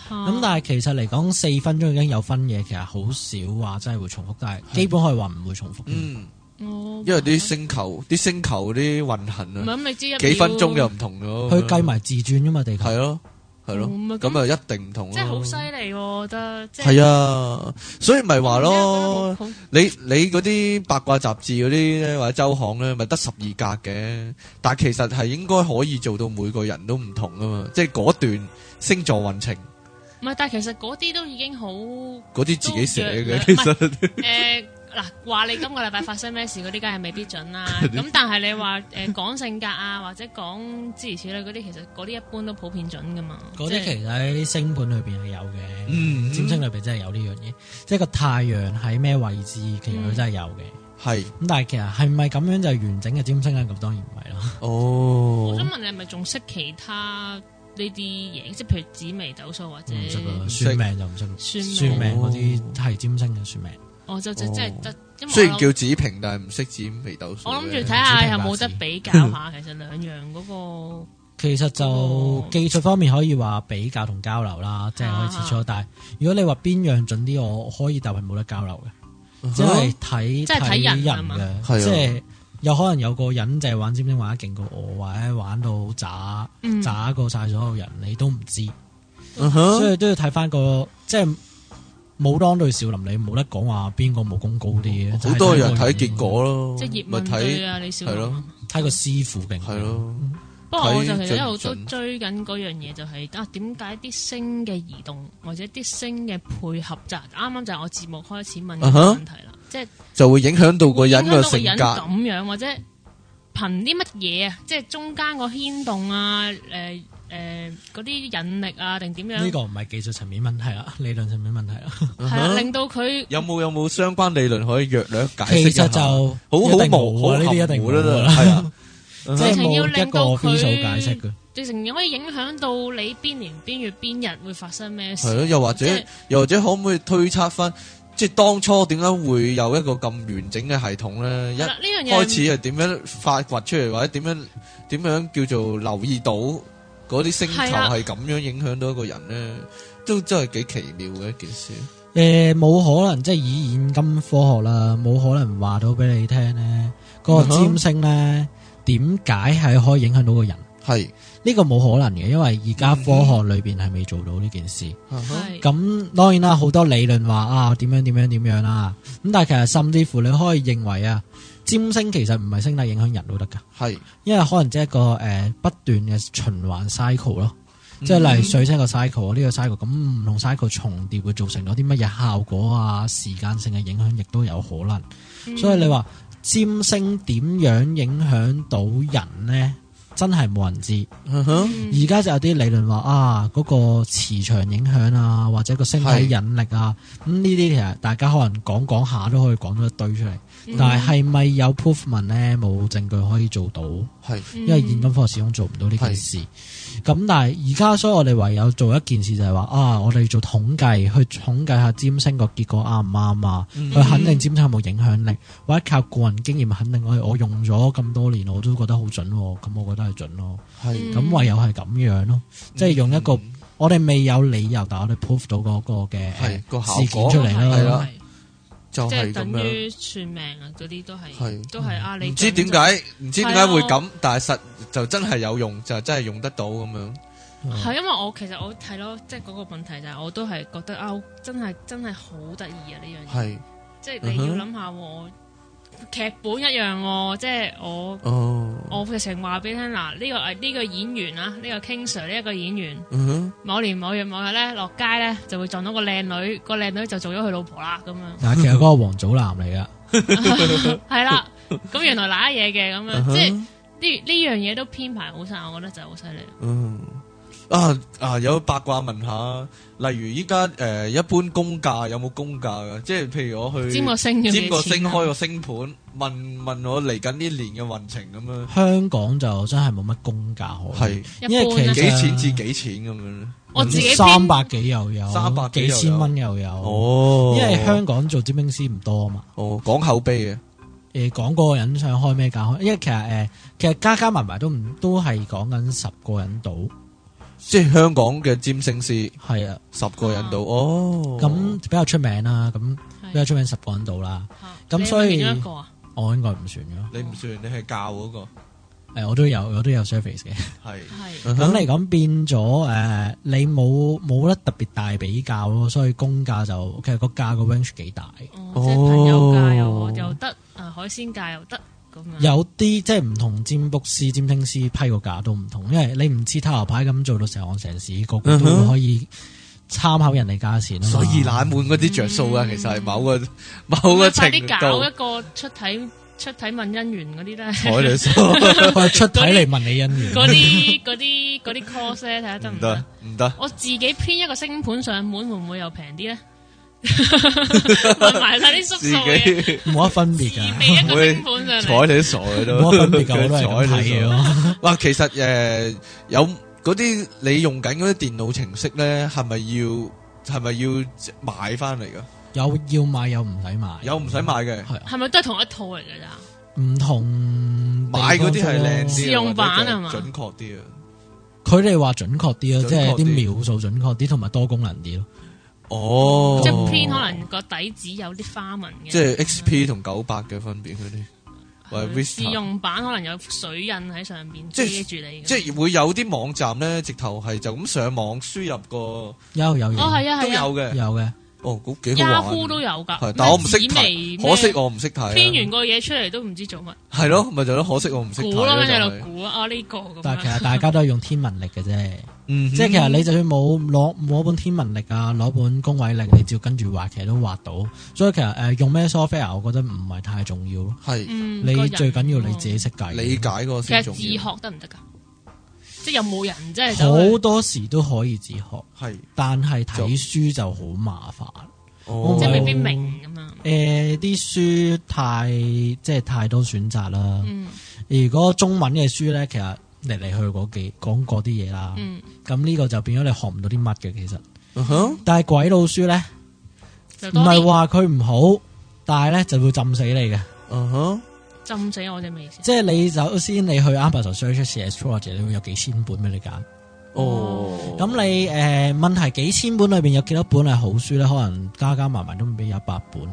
Speaker 3: 咁、
Speaker 1: 咁
Speaker 3: 但係其實嚟講，四分鐘已經有分嘢，其實好少話真係會重複，但係基本可以話唔會重複。
Speaker 2: 嗯，
Speaker 1: 哦
Speaker 2: 因為啲星球、啲星球啲運行
Speaker 1: 唔係
Speaker 2: 啊，
Speaker 1: 咁你知一
Speaker 2: 幾分鐘又
Speaker 1: 秒
Speaker 2: 唔同咗。
Speaker 3: 佢計埋自轉噶嘛，地球
Speaker 2: 係咯，係咯
Speaker 1: 哦，咪咁
Speaker 2: 咁啊一定唔同咯。
Speaker 1: 即係好犀利喎，我覺得即係
Speaker 2: 係啊，所以咪話咯，
Speaker 1: 好
Speaker 2: 你你嗰啲八卦雜誌嗰啲咧，或者周刊咧，咪得十二格嘅，但其實係應該可以做到每個人都唔同啊嘛，即係嗰段星座運程
Speaker 1: 唔係，但係其實嗰啲都已經好誒
Speaker 2: 嗰啲自己寫嘅，其
Speaker 1: 都弱
Speaker 2: 實。
Speaker 1: 呃嗱，話你今個禮拜發生咩事嗰啲，梗係未必準啦。咁但係你話誒講性格啊，或者講諸如此類嗰啲，其實嗰啲一般都普遍準噶嘛。
Speaker 3: 嗰
Speaker 1: 即
Speaker 3: 啲
Speaker 1: 係
Speaker 3: 其實喺星盤裏邊係有嘅，
Speaker 2: 嗯
Speaker 3: 占星裏邊真係有呢樣嘢，即係個太陽喺咩位置，其實佢真係有嘅。
Speaker 2: 係
Speaker 3: 咁但係其實係咪咁樣就係完整嘅占星咧？啊咁當然唔係啦。
Speaker 2: 哦
Speaker 1: 我，想問你係咪仲識其他呢啲嘢，即係譬如紫微斗數或者
Speaker 3: 唔識啊，
Speaker 2: 識
Speaker 3: 算命就唔識。
Speaker 1: 嗯算
Speaker 3: 算
Speaker 1: 命
Speaker 3: 命嗰啲係占星嘅算命，
Speaker 1: 我哦就真係得，因
Speaker 2: 雖
Speaker 1: 為
Speaker 2: 然叫紫平，但係唔識紫微斗數
Speaker 1: 我
Speaker 2: 嘅。
Speaker 1: 諗我諗住睇下有冇得比較下，其實兩樣嗰個
Speaker 3: 其實就
Speaker 1: 哦啊
Speaker 3: 技術方面可以話比較同交流啦，即係可以切磋。但係如果你話邊樣準啲，我可以答係冇得交流嘅，即係睇
Speaker 1: 啊即係睇人係嘛
Speaker 3: 人
Speaker 2: 係啊
Speaker 3: 嘅，即係有可能有個人就係玩占星玩得勁過我，或者玩到好渣
Speaker 1: 嗯
Speaker 3: 渣過晒所有人，你都唔知，
Speaker 2: 嗯哼
Speaker 3: 所以都要睇翻個即係。武當對少林，你冇得講話邊個武功高啲嘅，就
Speaker 2: 哦
Speaker 3: 係
Speaker 2: 好多
Speaker 3: 個
Speaker 2: 人睇
Speaker 3: 人
Speaker 2: 結果咯，
Speaker 1: 即係葉
Speaker 2: 咪
Speaker 1: 問對
Speaker 2: 睇
Speaker 1: 啊，李小
Speaker 2: 係
Speaker 1: 龍
Speaker 2: 咯
Speaker 1: 啊。
Speaker 3: 睇個師傅勁唔勁。
Speaker 2: 係咯，
Speaker 1: 不過我就
Speaker 2: 睇
Speaker 1: 其實一路
Speaker 2: 準
Speaker 1: 都
Speaker 2: 唔準
Speaker 1: 追緊嗰樣嘢，就係啊點解啲星嘅移動或者啲星嘅配合就係啱啱就係我節目開始問嘅
Speaker 2: 啊哈
Speaker 1: 問題啦，即係
Speaker 2: 就會影響到個人
Speaker 1: 影響
Speaker 2: 個
Speaker 1: 到個
Speaker 2: 性
Speaker 1: 人
Speaker 2: 格。
Speaker 1: 咁樣，或者憑啲乜嘢啊？即係中間個牽動啊，誒誒嗰啲引力啊，定點
Speaker 3: 呢
Speaker 1: 樣
Speaker 3: 個唔係技術層面問題啦，理論層面問題啦。
Speaker 1: 係啊，令到佢
Speaker 2: 有冇有冇相關理論可以略略解釋
Speaker 3: 其
Speaker 2: 一下
Speaker 3: 實就
Speaker 2: 好好
Speaker 3: 一定
Speaker 2: 模
Speaker 3: 冇
Speaker 2: 好
Speaker 3: 啊呢啲一
Speaker 2: 含
Speaker 3: 定
Speaker 2: 糊啦，
Speaker 3: 冇
Speaker 2: 係啊。
Speaker 1: 直
Speaker 3: 即係
Speaker 1: 情要
Speaker 3: 冇一
Speaker 1: 令
Speaker 3: 個
Speaker 1: 到
Speaker 3: official
Speaker 1: 佢
Speaker 3: 解釋嘅。
Speaker 1: 直情可以影響到你邊年邊月邊日會發生咩
Speaker 2: 係啊
Speaker 1: 事。
Speaker 2: 咯，又或者
Speaker 1: 即係
Speaker 2: 又或者可唔可以推測翻，即係當初點解會有一個咁完整嘅系統咧？一
Speaker 1: 係啦，呢樣嘢
Speaker 2: 開始係點樣發掘出嚟，或者點樣點樣叫做留意到嗰啲星球
Speaker 1: 係啦
Speaker 2: 係咁樣影響到一個人咧？都真係幾奇妙嘅一件事。
Speaker 3: 诶，冇、可能即係以現今科學啦，冇可能話到俾你聽咧，嗰、個
Speaker 2: 嗯哼
Speaker 3: 占星咧點解係可以影響到個人？
Speaker 2: 係，
Speaker 3: 呢、個冇可能嘅，因為而家科學裏边係未做到呢件事。
Speaker 2: 嗯哼
Speaker 1: 係
Speaker 3: 咁當然啦，好多理論話啊點樣點樣點樣啦，咁但係其實甚至乎你可以認為啊，占星其實唔係星體影響人都得㗎，
Speaker 2: 係，
Speaker 3: 因為可能即係一個诶、呃不斷嘅循環 cycle 咯。即係例如水星個 cycle 呢個 cycle，咁唔同 cycle 重疊會造成咗啲乜嘢效果啊？時間性嘅影響亦都有可能，所以你話占星點樣影響到人呢？真係冇人知。
Speaker 2: 嗯哼
Speaker 3: 而家就有啲理論話啊，嗰、個磁場影響啊，或者個星
Speaker 2: 係
Speaker 3: 體引力啊，咁呢啲其實大家可能講講下都可以講到一堆出嚟。
Speaker 1: 嗯
Speaker 3: 但係係咪有 proof 文呢？冇證據可以做到。
Speaker 2: 係，
Speaker 1: 因
Speaker 3: 因為現今科學始終做唔到呢件事。咁但係而家，所以我哋唯有做一件事就係話啊，我哋做統計，去統計下占星個結果啱唔啱啊？
Speaker 2: 嗯
Speaker 3: 去肯定占星有冇影響力，或者靠個人經驗肯定我我用咗咁多年，我都覺得好準喎。咁我覺得係準咯。
Speaker 2: 係，
Speaker 3: 咁唯有係咁樣咯，即係用一個我哋未有理由，但我哋 proof 到嗰個嘅
Speaker 2: 係個效
Speaker 3: 事
Speaker 1: 嗯
Speaker 2: 果
Speaker 3: 件出嚟
Speaker 2: 係
Speaker 3: 咯。
Speaker 2: 啦，就
Speaker 1: 即
Speaker 2: 係
Speaker 1: 係
Speaker 2: 咁
Speaker 1: 等
Speaker 2: 樣。
Speaker 1: 於算命啊，嗰啲都係
Speaker 2: 係
Speaker 1: 都係啊，你
Speaker 2: 唔知點
Speaker 1: 準
Speaker 2: 解，唔知點
Speaker 1: 啊
Speaker 2: 解會咁，但係實就真係有用，就真係用得到咁樣。
Speaker 1: 就係因為我其實我睇咯，即係嗰個問題就係我都係覺得啊，真係真係好得意啊呢樣嘢，
Speaker 2: 係，
Speaker 1: 即係你
Speaker 2: 嗯哼
Speaker 1: 要諗下喎我劇本一樣喎，即係我。
Speaker 2: 哦，
Speaker 1: 我直情話俾你聽嗱，呢、個誒呢、個演員啊，呢、個 King Sir 呢一個演員，
Speaker 2: 嗯哼，
Speaker 1: 某年某月某日咧落街咧就會撞到個靚女，個靚女就做咗佢老婆啦咁樣。
Speaker 3: 但係其實嗰個王祖藍嚟噶，
Speaker 1: 系啦，咁原來揦嘢嘅咁
Speaker 2: 嗯
Speaker 1: 樣，
Speaker 2: 哼
Speaker 1: 即係呢呢樣嘢都編排好晒，我覺得就好犀利。
Speaker 2: 嗯，啊啊，有八卦問下，例如依家誒一般公價有冇公價㗎？即係譬如我去
Speaker 1: 尖個星要
Speaker 2: 尖
Speaker 1: 幾
Speaker 2: 個
Speaker 1: 錢
Speaker 2: 星
Speaker 1: 啊
Speaker 2: 開個星盤，問問我嚟緊呢年嘅運程咁樣，
Speaker 3: 香港就真係冇乜公價可以
Speaker 2: 係。
Speaker 1: 一
Speaker 3: 因為
Speaker 1: 般
Speaker 3: 其
Speaker 1: 啊
Speaker 3: 實
Speaker 2: 幾錢至幾錢咁樣咧？
Speaker 1: 我自己
Speaker 3: 三
Speaker 1: 編
Speaker 3: 百幾又有，
Speaker 2: 300幾
Speaker 3: 幾
Speaker 2: 又有
Speaker 3: 千蚊又有。
Speaker 2: 哦
Speaker 3: 因為香港做占星師唔多啊嘛。
Speaker 2: 哦講口碑嘅，
Speaker 3: 誒講嗰個人想開咩價，因為其實誒、其實加加埋埋都唔都係講緊十個人到，
Speaker 2: 即係香港嘅占星師
Speaker 3: 係啊，
Speaker 2: 十個人度哦。
Speaker 3: 咁、比較出名啦，咁比較
Speaker 1: 係
Speaker 3: 出名十個人到啦，
Speaker 1: 啊
Speaker 3: 咁
Speaker 1: 你係咪
Speaker 3: 所以
Speaker 1: 其中一個啊，
Speaker 3: 我應該唔算咯，
Speaker 2: 你唔算，你係教嗰個
Speaker 3: 誒、我都有我都有 service 嘅，
Speaker 2: 係。
Speaker 1: 係
Speaker 2: 嗯
Speaker 3: 咁
Speaker 2: 哼
Speaker 3: 嚟講變咗誒、你冇冇得特別大比較咯，所以公價就其實個價個 range 幾大，
Speaker 1: 哦即係朋友價又又得，啊海鮮價又得咁
Speaker 2: 嗯
Speaker 1: 樣。
Speaker 3: 有啲即係唔同占卜師、占星師批個價都唔同，因為你唔知塔羅牌咁做到成行成市，個個
Speaker 2: 嗯
Speaker 3: 都
Speaker 2: 哼
Speaker 3: 可以參考人哋價錢啊嘛
Speaker 2: 所以冷門嗰啲着數啊，其實係某個
Speaker 1: 咁
Speaker 2: 某個
Speaker 1: 咪快
Speaker 2: 程
Speaker 1: 啲搞一
Speaker 2: 度。
Speaker 1: 個出體出體問姻緣嗰啲咧，
Speaker 2: 我哋數
Speaker 3: 佢係出體嚟問你 姻緣，
Speaker 1: 嗰啲嗰啲嗰啲 course 咧，睇下得
Speaker 2: 唔
Speaker 1: 唔
Speaker 2: 得
Speaker 1: 得？
Speaker 2: 唔得，
Speaker 1: 我自己編一個星盤上門，會唔會又平啲 咧？問埋晒啲叔
Speaker 2: 自
Speaker 1: 數嘅嘢。
Speaker 2: 己
Speaker 3: 冇乜分別
Speaker 1: 自
Speaker 3: 㗎，
Speaker 1: 備一個星盤上
Speaker 2: 睬
Speaker 1: 嚟，
Speaker 2: 你傻嘅都。
Speaker 3: 冇乜分別㗎，我
Speaker 2: 睬
Speaker 3: 都係咁睇
Speaker 2: 你
Speaker 3: 嘅
Speaker 2: 傻
Speaker 3: 咯。
Speaker 2: 哇，其實誒、呃有嗰啲你用緊嗰啲電腦程式咧，係咪要係咪要買翻嚟噶？
Speaker 3: 有要買有唔使買，
Speaker 2: 有唔使買嘅，
Speaker 3: 係啊
Speaker 1: 係咪都係同一套嚟㗎咋？
Speaker 3: 唔同
Speaker 2: 買嗰啲係靚
Speaker 3: 啲。
Speaker 2: 啲啊，
Speaker 1: 試用版
Speaker 2: 或者
Speaker 1: 係嘛
Speaker 2: 準確啲啊。
Speaker 3: 佢哋話準
Speaker 2: 準
Speaker 3: 確啲
Speaker 2: 確啲
Speaker 3: 咯，即係啲描述準確啲，同埋多功能啲咯。
Speaker 2: 哦，
Speaker 1: 即係 print 可能個底子有啲花紋嘅，
Speaker 2: 即係 XP 同九百嘅分別嗰啲，或者
Speaker 1: 佢
Speaker 2: Vista
Speaker 1: 試啊用版可能有水印喺上邊
Speaker 2: 即
Speaker 1: 遮
Speaker 2: 係
Speaker 1: 住你嘅。
Speaker 2: 即係會有啲網站咧，直頭係就咁上網輸入個
Speaker 3: 有有
Speaker 1: 哦，
Speaker 3: 有
Speaker 1: 係啊
Speaker 2: 都
Speaker 1: 係啊
Speaker 2: 有嘅。
Speaker 3: 有嘅，
Speaker 2: 哦，咁幾好玩。
Speaker 1: ，Yahoo 都有
Speaker 2: 係
Speaker 1: 㗎，
Speaker 2: 但我唔識
Speaker 1: 咩
Speaker 2: 睇，
Speaker 1: 紫微
Speaker 2: 可惜
Speaker 1: 咩
Speaker 2: 我唔識睇啊。
Speaker 1: 編完個嘢出嚟都唔知做乜，
Speaker 2: 係咯，咪就係咯，可惜我唔識
Speaker 1: 估
Speaker 2: 睇
Speaker 1: 咯，
Speaker 2: 咯。
Speaker 1: 跟住喺
Speaker 2: 就係
Speaker 1: 度估啊呢個咁
Speaker 3: 但係其
Speaker 1: 樣。
Speaker 3: 實大家都係用天文力嘅啫。
Speaker 2: 嗯哼，
Speaker 3: 即係其實你就算冇攞攞本天文力啊，攞本工位力，你照跟住畫，其實都畫到。所以其實誒用咩 software，我覺得唔係太重要咯。
Speaker 2: 係
Speaker 1: 嗯
Speaker 3: 你
Speaker 1: 個人嗯
Speaker 3: 最緊要你自
Speaker 2: 嗯
Speaker 3: 己識計。
Speaker 2: 理解個
Speaker 1: 其
Speaker 2: 先
Speaker 1: 實
Speaker 2: 重
Speaker 1: 自
Speaker 2: 要。
Speaker 1: 學得唔得㗎？即係有冇人真係走去
Speaker 3: 好多時都可以自學。
Speaker 2: 係，
Speaker 3: 但係睇書就好麻煩。呃
Speaker 2: 哦
Speaker 1: 即係未必
Speaker 3: 明
Speaker 1: 明咁樣。
Speaker 3: 誒、啲書太即係太多選擇啦。
Speaker 1: 嗯，
Speaker 3: 誒、如果中文嘅書咧，其實嚟嚟去去嗰幾講嗰啲嘢啦。
Speaker 1: 嗯，
Speaker 3: 咁呢、個就變咗你學唔到啲乜嘅其實。
Speaker 2: 嗯哼，
Speaker 3: 但係鬼佬書咧，
Speaker 1: 就
Speaker 3: 唔
Speaker 1: 多
Speaker 3: 係
Speaker 1: 啲
Speaker 3: 話佢唔好，但係咧就會浸死你嘅。
Speaker 2: 嗯哼，
Speaker 1: 浸死我只味先。
Speaker 3: 即係你首先你去 Amazon search CS Project，你會有幾千本俾你揀。
Speaker 2: 哦，
Speaker 3: 咁你誒、呃、問題幾千本裏邊有幾多本係好書咧？可能加加埋埋都唔俾有一百本。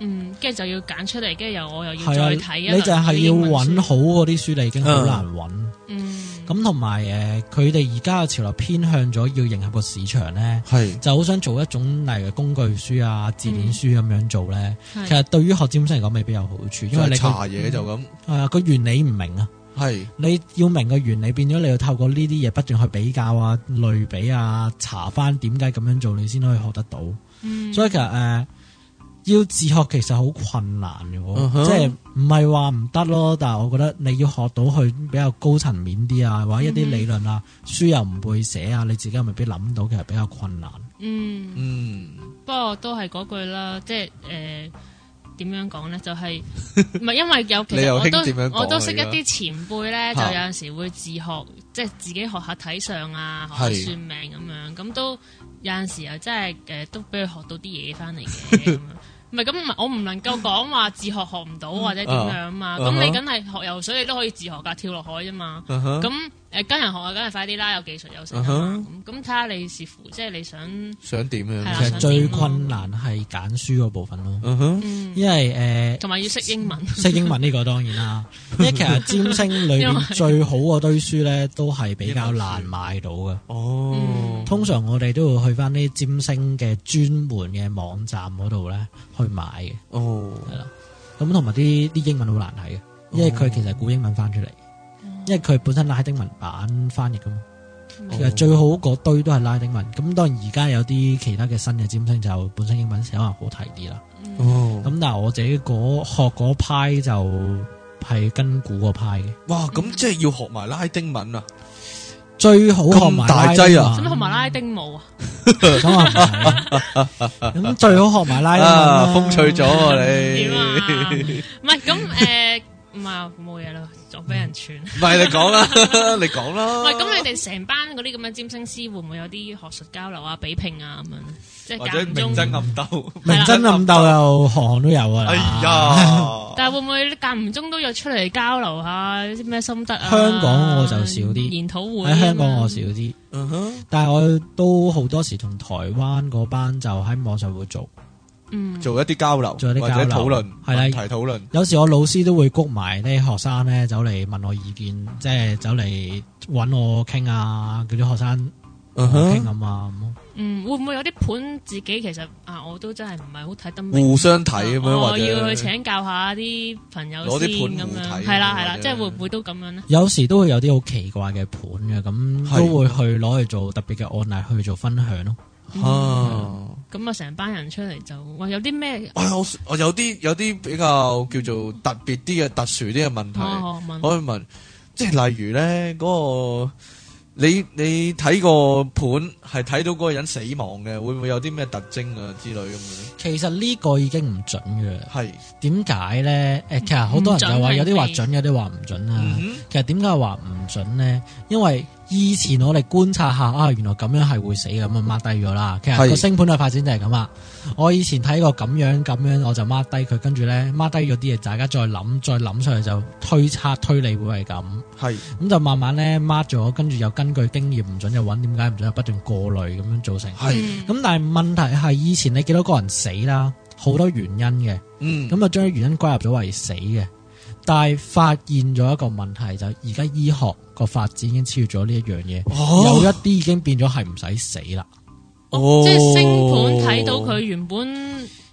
Speaker 1: 嗯，跟住就要揀出嚟，跟住又我又要
Speaker 3: 係啊，
Speaker 1: 再睇一輪
Speaker 3: 你就
Speaker 1: 嗰
Speaker 3: 係
Speaker 1: 啲
Speaker 3: 要
Speaker 1: 英文
Speaker 3: 揾
Speaker 1: 書
Speaker 3: 好嗰啲書，你已經好
Speaker 2: 嗯
Speaker 3: 難揾。
Speaker 1: 嗯，
Speaker 3: 咁同埋誒，佢哋而家嘅潮流偏向咗要迎合個市場咧，
Speaker 2: 系
Speaker 3: 就好想做一種例如工具書啊、字典書咁樣做咧。
Speaker 1: 係
Speaker 3: 其實對於學占星嚟講未必有好處，因
Speaker 2: 因
Speaker 3: 為
Speaker 2: 為
Speaker 3: 你個
Speaker 2: 查嘢就咁，
Speaker 3: 係啊個原理唔明啊。
Speaker 2: 系
Speaker 3: 你要明個原理，變咗你要透過呢啲嘢不斷去比較啊、類比啊、查翻點解咁樣做，你先可以學得到。
Speaker 1: 嗯
Speaker 3: 所以其實誒、呃要自學其實好困難嘅喎
Speaker 2: 嗯哼
Speaker 3: 即係唔係話唔得咯？但係我覺得你要學到去比較高層面啲啊，或者一
Speaker 1: 嗯
Speaker 3: 啲理論啊，書又唔會寫啊，你自己又未必諗到，其實比較困難。
Speaker 1: 嗯，
Speaker 2: 嗯，
Speaker 1: 不過都係嗰句啦，即係誒點樣講咧？就 係唔係因為有其
Speaker 2: 你
Speaker 1: 實
Speaker 2: 又
Speaker 1: 我
Speaker 2: 興點樣
Speaker 1: 都
Speaker 2: 講
Speaker 1: 我都識一
Speaker 2: 嚟㗎
Speaker 1: 啲前輩咧，就
Speaker 2: 嚇
Speaker 1: 有陣時會自學，即係自己學下睇相啊，學
Speaker 2: 係
Speaker 1: 下算命咁樣，咁都有陣時又真係誒都俾佢學到啲嘢翻嚟嘅咁樣。唔係咁，唔係我唔能夠講話自學學唔到或者點樣啊嘛。咁
Speaker 2: 嗯啊
Speaker 1: 你
Speaker 2: 啊哈
Speaker 1: 梗係學游水，你都可以自學㗎，跳落海啫嘛。
Speaker 2: 嗯哼，
Speaker 1: 咁誒跟人學啊，梗係快啲啦，有技術有成啊嘛咁咁睇下你視乎，即係你想
Speaker 2: 想點
Speaker 1: 係
Speaker 3: 其
Speaker 1: 啊
Speaker 2: 樣？
Speaker 3: 實最困難係揀書嗰部分咯，
Speaker 2: 嗯哼，
Speaker 1: 嗯，
Speaker 3: 因為誒。呃
Speaker 1: 同埋要識英文。
Speaker 3: 識英文呢個當然 啦，因為其實占星裏
Speaker 1: 因
Speaker 3: 面
Speaker 1: 為
Speaker 3: 最好嗰堆書咧，都係比較難買到嘅。
Speaker 1: 嗯
Speaker 2: 哦，
Speaker 3: 通常我哋都會去翻啲占星嘅專門嘅網站嗰度咧去買嘅，
Speaker 2: 哦，
Speaker 3: 係啦。咁同埋啲啲英文好難
Speaker 1: 哦
Speaker 3: 睇嘅，因為佢其實係古英文翻出嚟，
Speaker 1: 嗯
Speaker 3: 因為佢本身拉丁文版翻譯噶嘛。
Speaker 1: 哦
Speaker 3: 其實最好嗰堆都係拉丁文。咁當然而家有啲其他嘅新嘅占星就本身英文寫可能好睇啲啦。
Speaker 2: 哦，
Speaker 3: 咁但係我自己嗰學嗰派就係跟古嗰派嘅。
Speaker 2: 哇，咁即係要學埋拉丁文啊，
Speaker 3: 最好學埋拉
Speaker 2: 咁大
Speaker 3: 丁
Speaker 2: 劑
Speaker 3: 文
Speaker 1: 使
Speaker 2: 啊
Speaker 1: 唔使學埋拉丁 舞啊？
Speaker 3: 咁啊唔係，咁最好學埋拉丁文啦
Speaker 2: 啊，風趣咗啊 你
Speaker 1: 點，啊？唔係咁誒，唔係冇嘢啦，仲俾人串。
Speaker 2: 唔係你講啦， 你講啦，
Speaker 1: 喂，咁你哋成班嗰啲咁嘅占星師會唔會有啲學術交流啊、比拼啊咁樣咧？即
Speaker 2: 或
Speaker 1: 係
Speaker 2: 者
Speaker 1: 間唔中
Speaker 2: 明，爭暗鬥，
Speaker 3: 明爭暗鬥又行行都有啊！
Speaker 2: 哎 呀，
Speaker 1: 但係會唔會間唔中都有出嚟交流下啲咩心得啊？
Speaker 3: 香港我就少啲
Speaker 1: 研討會啊
Speaker 3: 喺香港我少啲，
Speaker 2: 嗯哼，
Speaker 3: 但係我都好多時同台灣嗰班就喺網上會做，
Speaker 1: 嗯
Speaker 2: 做一啲交流，
Speaker 3: 做一啲
Speaker 2: 或者
Speaker 3: 交流
Speaker 2: 討論，
Speaker 3: 係啦
Speaker 2: 問題討論，
Speaker 3: 有時我老師都會谷埋啲學生咧走嚟問我意見，即係走嚟揾我傾啊，叫啲學生
Speaker 2: 嗯
Speaker 3: 傾
Speaker 2: 哼，
Speaker 3: 咁啊咁咯。
Speaker 1: 嗯，會唔會有啲盤自己其實啊，我都真係唔係好睇得明。
Speaker 2: 互相睇咁樣
Speaker 1: 我
Speaker 2: 或
Speaker 1: 哦要去
Speaker 2: 者。
Speaker 1: 請教下啲朋友
Speaker 2: 攞
Speaker 1: 先
Speaker 2: 啲
Speaker 1: 咁
Speaker 2: 盤互睇
Speaker 1: 樣，
Speaker 2: 咁
Speaker 1: 係啦
Speaker 2: 樣
Speaker 1: 係啦，
Speaker 2: 或者
Speaker 1: 即係會唔會都咁樣咧？
Speaker 3: 有時都會有啲好奇怪嘅盤嘅，咁
Speaker 2: 係
Speaker 3: 都會去攞去做特別嘅案例去做分享咯。
Speaker 2: 啊！
Speaker 1: 咁啊，成班人出嚟就哇，有啲咩
Speaker 2: 我有我有啲有啲比較叫做特別啲嘅特殊啲嘅問題，
Speaker 1: 哦問
Speaker 2: 可以問，即係例如咧嗰、個你你睇個盤係睇到嗰個人死亡嘅，會唔會有啲咩特徵啊之類咁樣？
Speaker 3: 其實呢個已經唔準嘅，
Speaker 2: 係，
Speaker 3: 點解呢？誒，其實好多人就話
Speaker 1: 唔準係
Speaker 3: 有啲話
Speaker 1: 咩
Speaker 3: 準，有啲話唔準啦。
Speaker 2: 嗯
Speaker 3: 其實點解話唔準呢？因為以前我哋觀察下啊，原來咁樣係會死嘅咁啊，mark 低咗啦。其實
Speaker 2: 係
Speaker 3: 個星盤嘅發展就係咁啦。我以前睇過咁樣咁樣，我就 mark 低佢，跟住呢 mark 低咗啲嘢，大家再諗，再諗上去就推測推理會係咁。
Speaker 2: 哼，係，
Speaker 3: 咁就慢慢咧 mark 咗，跟住又根據經驗唔準就揾點解唔準，又不斷過濾咁樣做成。咁
Speaker 2: 係，
Speaker 1: 嗯
Speaker 3: 但係問題係以前你幾多個人死啦，好多原因嘅，
Speaker 2: 嗯，
Speaker 3: 咁就將啲原因歸入咗為死嘅。但係發現咗一個問題就係而家醫學個發展已經超越咗呢一樣嘢，有一
Speaker 2: 哦，
Speaker 3: 啲已經變咗係唔使死啦。
Speaker 2: 哦
Speaker 1: 即係星盤睇到佢原本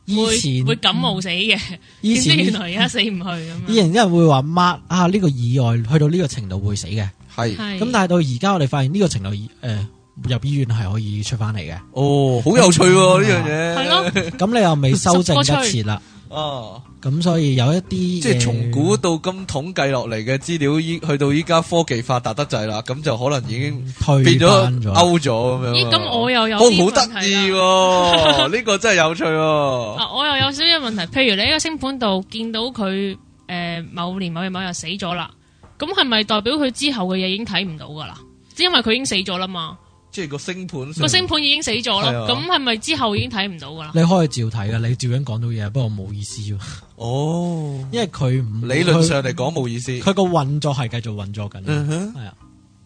Speaker 3: 以
Speaker 1: 會
Speaker 3: 前
Speaker 1: 會感冒死嘅，
Speaker 2: 嗯
Speaker 3: 以
Speaker 1: 點知
Speaker 3: 前
Speaker 1: 原
Speaker 3: 以
Speaker 1: 來而家死唔去咁樣。
Speaker 3: 前啲人會話 mark 啊呢個意外去到呢個程度會死嘅，
Speaker 2: 係，
Speaker 1: 係
Speaker 3: 咁但係到而家我哋發現呢個程度誒、呃入醫院係可以出翻嚟 嘅。
Speaker 2: 哦，好有趣喎呢
Speaker 1: 係咯，
Speaker 3: 咁你又未修正一次啦，
Speaker 2: 樣嘢，啊，
Speaker 3: 咁所以有一啲
Speaker 2: 即係
Speaker 3: 嘢
Speaker 2: 從古到今統計落嚟嘅資料，依去到依家科技發達得滯啦，咁就可能已經
Speaker 1: 嗯
Speaker 3: 退
Speaker 2: 變
Speaker 3: 翻
Speaker 2: 咗
Speaker 3: 咗，
Speaker 2: 勾咗咁樣。哦
Speaker 1: 咦？咁我又有
Speaker 2: 好
Speaker 1: 啲
Speaker 2: 好
Speaker 1: 問
Speaker 2: 得
Speaker 1: 題啦啊
Speaker 2: 意喎，呢個真係有趣 喎。
Speaker 1: 啊，我又有少少問題，譬如你喺個星盤度見到佢誒、呃某年某月某日死咗啦，咁係咪代表佢之後嘅嘢已經睇唔到噶啦？因為佢已經死咗啦嘛，
Speaker 2: 即係個星盤上
Speaker 1: 個星盤已經死咗啦，
Speaker 2: 係啊
Speaker 1: 咁係咪之後已經睇唔到噶啦？
Speaker 3: 你可以照睇噶，你照樣講到嘢，不過冇意思喎，
Speaker 2: 哦，
Speaker 3: 因為佢 唔
Speaker 2: 理論上嚟講冇意思。
Speaker 3: 佢佢個運作係繼續運作緊，
Speaker 2: 嗯哼，
Speaker 3: 係啊，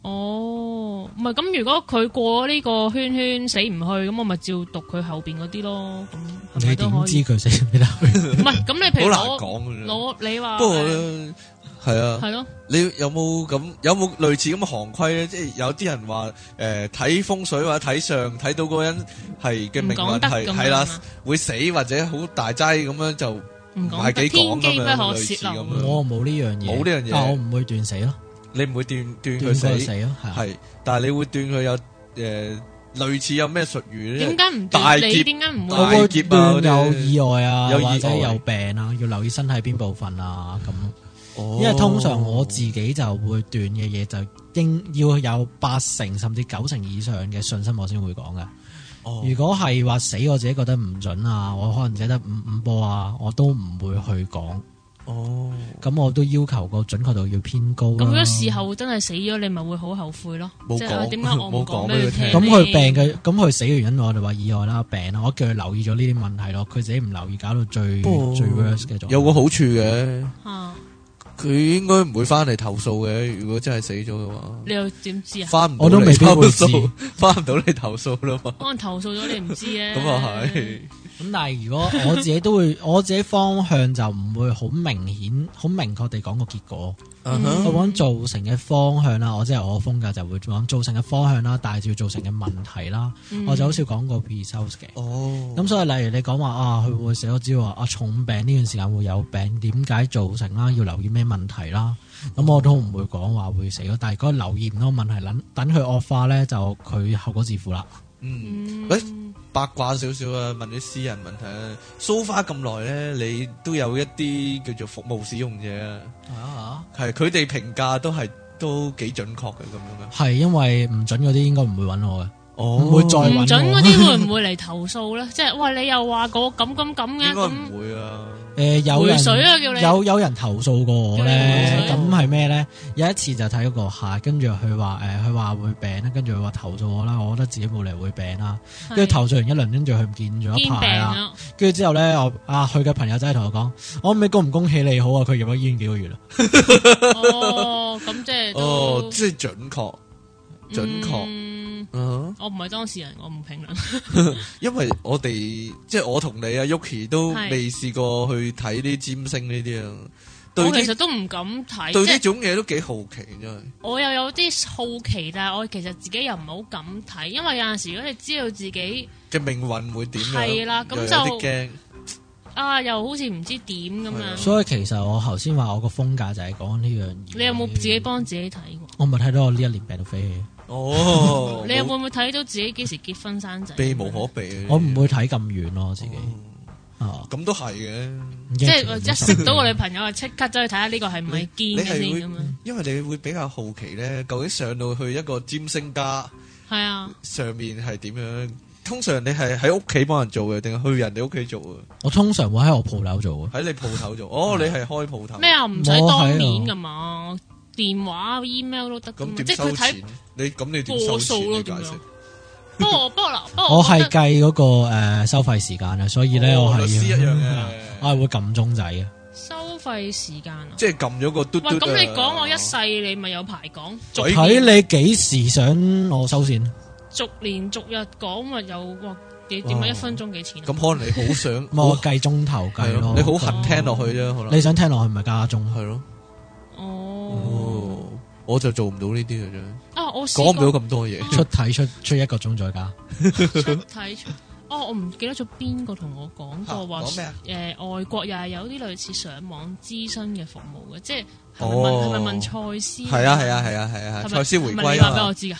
Speaker 1: 哦，唔係咁，如果佢過呢個圈圈死唔去，咁我咪照讀佢後邊嗰啲咯。咁係咪
Speaker 3: 你
Speaker 1: 都
Speaker 3: 點
Speaker 1: 可
Speaker 3: 知
Speaker 1: 以？
Speaker 3: 佢死啊唔死 得去？
Speaker 1: 唔係咁，你譬
Speaker 2: 好
Speaker 1: 如
Speaker 2: 難
Speaker 1: 攞
Speaker 2: 講嘅。
Speaker 1: 攞你話，
Speaker 2: 不過
Speaker 1: 誒
Speaker 2: 係啊，
Speaker 1: 係咯，
Speaker 2: 你有冇咁有冇類似咁嘅行規咧？即係有啲人話誒睇風水或者睇相睇到嗰個人係嘅
Speaker 1: 唔
Speaker 2: 命
Speaker 1: 講
Speaker 2: 運
Speaker 1: 得
Speaker 2: 係
Speaker 1: 咁
Speaker 2: 係啦
Speaker 1: 樣，啊，
Speaker 2: 會死或者好大劑咁樣就
Speaker 1: 唔
Speaker 2: 唔
Speaker 1: 講
Speaker 2: 係
Speaker 1: 得
Speaker 2: 幾
Speaker 1: 天
Speaker 2: 講
Speaker 1: 機
Speaker 2: 咁
Speaker 1: 不
Speaker 2: 樣，
Speaker 1: 可
Speaker 2: 類
Speaker 1: 泄
Speaker 2: 似咁
Speaker 1: 漏。啊
Speaker 2: 樣。
Speaker 3: 我冇呢樣嘢，
Speaker 2: 冇呢樣嘢
Speaker 3: 但我唔會斷死咯，
Speaker 2: 你唔會斷斷
Speaker 3: 斷
Speaker 2: 佢
Speaker 3: 佢
Speaker 2: 死
Speaker 3: 死，咯，係啊
Speaker 2: 係，但係你會斷佢有誒類似有咩術語咧
Speaker 1: 點？解唔
Speaker 2: 大
Speaker 1: 斷
Speaker 2: 劫
Speaker 1: 你？點解唔
Speaker 3: 我
Speaker 2: 大
Speaker 1: 會？
Speaker 3: 會
Speaker 2: 劫啊嗰啲
Speaker 3: 斷有意外啊，
Speaker 2: 有意外
Speaker 3: 或者有病啊，要留意身體邊部分啊咁。
Speaker 2: 哦
Speaker 3: 因為通常我自己就會斷嘅嘢就應要有八成甚至九成以上嘅信心我先會講嘅。
Speaker 2: 哦
Speaker 3: 如果係話死我自己覺得唔準啊，我可能寫得五五波啊，我都唔會去講。
Speaker 2: 哦，
Speaker 3: 咁我都要求個準確度要偏高啦
Speaker 1: 咁如果事後真係死咗，你咪會好後悔咯。
Speaker 2: 冇
Speaker 1: 即係啊
Speaker 2: 講
Speaker 1: 點解我
Speaker 2: 冇
Speaker 1: 唔
Speaker 2: 講
Speaker 1: 講
Speaker 2: 俾
Speaker 1: 俾
Speaker 2: 佢
Speaker 1: 佢聽
Speaker 2: 聽
Speaker 1: 咧？
Speaker 3: 咁佢病嘅，咁佢死嘅原因我哋話意外啦、病啊啦，我叫佢留意咗呢啲問題咯，佢自己唔留意，搞到最
Speaker 2: 不過
Speaker 3: 最 worst 嘅狀態。
Speaker 2: 有個好處嘅，
Speaker 1: 啊，
Speaker 2: 佢應該唔會翻嚟投訴嘅。如果真係死咗嘅話，
Speaker 1: 你又點知 啊？
Speaker 2: 翻唔
Speaker 3: 我都未必
Speaker 2: 投
Speaker 3: 會知
Speaker 2: 訴， 翻唔到你投訴啦嘛。
Speaker 1: 可能投訴咗你唔知咧。
Speaker 2: 咁啊係，
Speaker 3: 咁但係如果我自己都會，我自己方向就唔會好明顯、好明確地講個結果。
Speaker 2: 嗯
Speaker 3: 我
Speaker 2: 哼
Speaker 3: 講造成嘅方向啦，我即係我風格就會講造成嘅方向啦，大致造成嘅問題啦，
Speaker 1: 嗯
Speaker 3: 我就好少講個 result 嘅。
Speaker 2: 哦，
Speaker 3: 咁所以例如你講話啊，佢會寫咗招話啊重病呢段時間會有病，點解造成啦？要留意咩問題啦？咁我都唔會講話會死咯，但係如果留意唔到個問題，等等佢惡化咧，就佢後果自負啦。
Speaker 2: 嗯，
Speaker 1: 嗯
Speaker 2: 喂八卦少少啊，問啲私人問題啊。so far 咁耐咧，你都有一啲叫做服務使用者啊，
Speaker 3: 啊，
Speaker 2: 係佢哋評價都係都幾準確嘅咁樣啊。
Speaker 3: 係因為唔準嗰啲應該唔會揾我嘅，
Speaker 2: 哦
Speaker 3: 唔會再
Speaker 1: 唔
Speaker 3: 揾
Speaker 1: 準
Speaker 3: 我
Speaker 1: 嗰。啲會唔會嚟投訴 咧？即係喂，你又話我咁咁咁嘅
Speaker 2: 應該
Speaker 1: 咁
Speaker 2: 唔會啊。
Speaker 3: 誒有
Speaker 1: 回水
Speaker 3: 人
Speaker 1: 啊，叫你啊
Speaker 3: 有有人投訴過我咧，
Speaker 1: 叫
Speaker 3: 咁
Speaker 1: 你
Speaker 3: 係咩咧？有一次就睇嗰個客，跟住佢話誒，佢話會病啦，跟住佢話投訴我啦，我覺得自己冇嚟會病啦，
Speaker 1: 係
Speaker 3: 跟住投訴完一輪，跟住佢唔見咗一
Speaker 1: 兼病
Speaker 3: 排啦。
Speaker 1: 啊，
Speaker 3: 跟住之後咧，我啊佢嘅朋友仔同我講，我未恭唔恭喜你好啊，佢入咗醫院幾個月啦。
Speaker 1: 哦，咁即係
Speaker 2: 哦
Speaker 1: 都，
Speaker 2: 即係準確，準確。
Speaker 1: 嗯
Speaker 2: 嗯
Speaker 1: 我唔係當事人，我唔評論。
Speaker 2: 因為我哋即係我同你啊，Yuki 都
Speaker 1: 係
Speaker 2: 未試過去睇啲占星呢啲啊， 對
Speaker 1: 我其
Speaker 2: 呢
Speaker 1: 實都唔敢睇，
Speaker 2: 對
Speaker 1: 即
Speaker 2: 呢
Speaker 1: 係
Speaker 2: 種嘢都幾好奇真係。
Speaker 1: 我又有啲好奇，但係我其實自己又唔係好敢睇，因為有陣時如果你知道自己
Speaker 2: 嘅命運會點樣？
Speaker 1: 係啦咁
Speaker 2: 又有
Speaker 1: 就
Speaker 2: 啲驚。
Speaker 1: 啊，又好似唔知點咁
Speaker 2: 係啊
Speaker 1: 樣，
Speaker 3: 所以其實我頭先話我個風格就係講呢樣嘢。
Speaker 1: 你有冇自己？幫自己睇過？
Speaker 3: 我咪睇到我呢一年病到飛起，
Speaker 2: 哦
Speaker 1: ，你有會唔會睇到自己幾時結婚生仔？
Speaker 2: 避無可避
Speaker 1: 嗯
Speaker 2: 啊？
Speaker 3: 我唔會睇咁遠咯，我自己啊
Speaker 2: 哦。，咁都係嘅，
Speaker 1: 即係一識到我女朋友啊，即刻走去睇下呢個係咪
Speaker 2: 你
Speaker 1: 堅嘅
Speaker 2: 係
Speaker 1: 先
Speaker 2: 會
Speaker 1: 咁啊樣。
Speaker 2: 因為你會比較好奇咧，究竟上到去一個占星家
Speaker 1: 係啊，
Speaker 2: 上面係點樣？通常你係喺屋企幫人做嘅，定係去人哋屋企做啊？
Speaker 3: 我通常會喺我鋪頭做嘅。
Speaker 2: 喺你鋪頭做？哦，你係開鋪頭
Speaker 1: 咩？啊？唔使
Speaker 3: 我係啊
Speaker 1: 當面噶嘛，電話、email 都得噶嘛。
Speaker 2: 咁
Speaker 1: 即係
Speaker 2: 點收
Speaker 1: 佢睇
Speaker 2: 錢？你咁你點收
Speaker 1: 過數
Speaker 2: 錢？
Speaker 1: 咯
Speaker 2: 你解
Speaker 1: 點樣
Speaker 2: 釋？
Speaker 1: 不過不過嗱，不 過
Speaker 3: 我
Speaker 1: 哦我
Speaker 3: 係
Speaker 1: 覺得
Speaker 3: 計嗰個誒收費時間啊，所以咧
Speaker 2: 哦
Speaker 3: 我係
Speaker 2: 律師一樣嘅
Speaker 3: 我係會撳鐘仔嘅。
Speaker 1: 收費時間啊。
Speaker 2: 即係撳咗個嘟嘟
Speaker 1: 喂，
Speaker 2: 啊。
Speaker 1: 咁你講我一世，你咪有排講，逐
Speaker 2: 喂
Speaker 3: 睇
Speaker 1: 年
Speaker 3: 你幾時想我收線？
Speaker 1: 逐年逐日講咪有哇？你點
Speaker 2: 哇
Speaker 1: 解一分鐘幾錢啊？
Speaker 2: 咁可能你好 想，
Speaker 3: 咪我計鐘頭
Speaker 2: 係
Speaker 3: 計
Speaker 2: 咯
Speaker 3: 咯。
Speaker 2: 你好恨聽落去啫，可能
Speaker 3: 你想聽落去咪加鐘？
Speaker 2: 係咯。
Speaker 1: 哦，
Speaker 2: 哦，我就做唔到呢啲嘅啫，
Speaker 1: 啊，我試
Speaker 2: 講唔
Speaker 1: 過
Speaker 2: 到咁多 嘢。
Speaker 3: 出體出出一個鐘再加。
Speaker 1: 出體出。哦，我唔記得咗邊個同我講過話
Speaker 2: 嚇講咩啊，
Speaker 1: 誒、外國又係有啲類似上網諮詢嘅服務嘅，即係係咪
Speaker 2: 哦
Speaker 1: 問係咪問賽斯？
Speaker 2: 係啊係啊係啊係
Speaker 1: 係
Speaker 2: 啊，
Speaker 1: 咪，
Speaker 2: 賽斯
Speaker 1: 係
Speaker 2: 回
Speaker 1: 咪你
Speaker 2: 歸
Speaker 1: 話俾我
Speaker 2: 啊，
Speaker 1: 知㗎，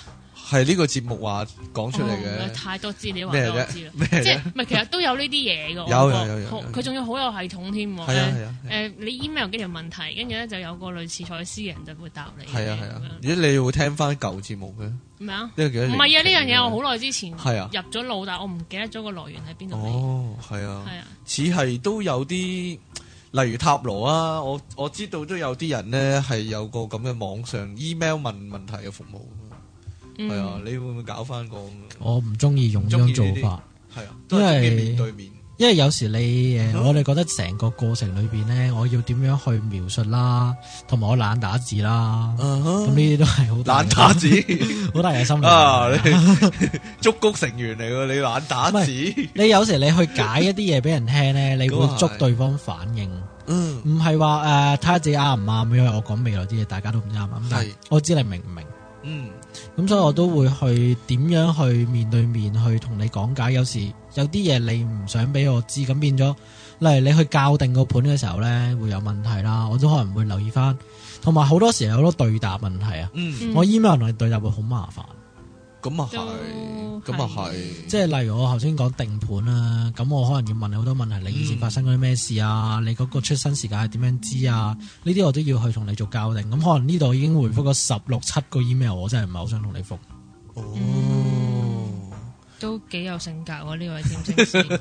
Speaker 2: 係呢個節目話講出嚟
Speaker 1: 哦
Speaker 2: 嘅，
Speaker 1: 太多資料話
Speaker 2: 咩
Speaker 1: 俾我
Speaker 2: 啫
Speaker 1: 知啦，
Speaker 2: 咩
Speaker 1: 即係
Speaker 2: 啫，
Speaker 1: 唔係其實都有呢啲嘢嘅。
Speaker 2: 有
Speaker 1: 我覺得
Speaker 2: 有有有
Speaker 1: 好
Speaker 2: 有
Speaker 1: 佢仲要好有系統添喎。
Speaker 2: 係啊係啊
Speaker 1: 誒誒你 email 幾條問題，跟住咧就有個類似賽斯嘅人就會答你嘅。
Speaker 2: 係啊係啊
Speaker 1: 咁，樣
Speaker 2: 咦你會聽翻舊節目嘅呢
Speaker 1: 咩啊？
Speaker 2: 個幾多
Speaker 1: 唔係
Speaker 2: 年前嘅？
Speaker 1: 啊！呢樣嘢我好耐之前入
Speaker 2: 係啊
Speaker 1: 咗腦，但係我唔記得咗個來源喺邊度嚟。
Speaker 2: 哦，係啊，
Speaker 1: 係啊，
Speaker 2: 似係都有啲例如塔羅啊，我我知道都有啲人呢係有個咁嘅網上 email 問問題嘅服務㗎，
Speaker 1: 嗯
Speaker 2: 係啊，你會唔會搞翻個咁樣？
Speaker 3: 我唔中意用呢種做
Speaker 2: 唔中意呢
Speaker 3: 法，
Speaker 2: 係啊，都係中意
Speaker 3: 因為
Speaker 2: 面對面，
Speaker 3: 因為有時你誒，
Speaker 2: 嗯
Speaker 3: 我哋覺得成個過程裏邊咧，我要點樣去描述啦，同埋我懶打字啦，咁呢
Speaker 2: 咁
Speaker 3: 啲都係好大嘅
Speaker 2: 嗯 懶打 字
Speaker 3: 好大嘅心理
Speaker 2: 啊，
Speaker 3: 壓力。
Speaker 2: 你 竹谷成員嚟喎，你懶打
Speaker 3: 唔
Speaker 2: 字，
Speaker 3: 你有時你去解一啲嘢俾人聽咧，你會
Speaker 2: 咁啊係
Speaker 3: 捉對方反應，
Speaker 2: 嗯，
Speaker 3: 唔係話呃誒睇下自己啱唔啱，因為我講未來啲嘢大家都唔啱啊。咁但係
Speaker 2: 係
Speaker 3: 我知你明唔明，
Speaker 2: 嗯，
Speaker 3: 咁所以我都會去點樣去面對面去同你講解。有時有啲嘢你唔想俾我知，咁變咗，例如你去校定個盤嘅時候咧，會有問題啦，我都可能會留意翻。同埋好多時有好多對答問題啊，
Speaker 2: 嗯，
Speaker 1: 嗯
Speaker 3: 我 email 同你對答會好麻煩。
Speaker 2: 咁啊係，
Speaker 1: 都
Speaker 2: 咁啊
Speaker 1: 係
Speaker 2: 係，
Speaker 3: 即係例如我頭先講定盤啦，咁我可能要問你好多問題，你以前發生過啲咩事啊？你嗰個出生時間係點樣知啊？呢啲我都要去同你做校定。咁可能呢度已經回覆咗十六七個 email，我真係唔係好想同你覆。
Speaker 2: 哦。
Speaker 1: 都幾有性格喎呢位占星 師，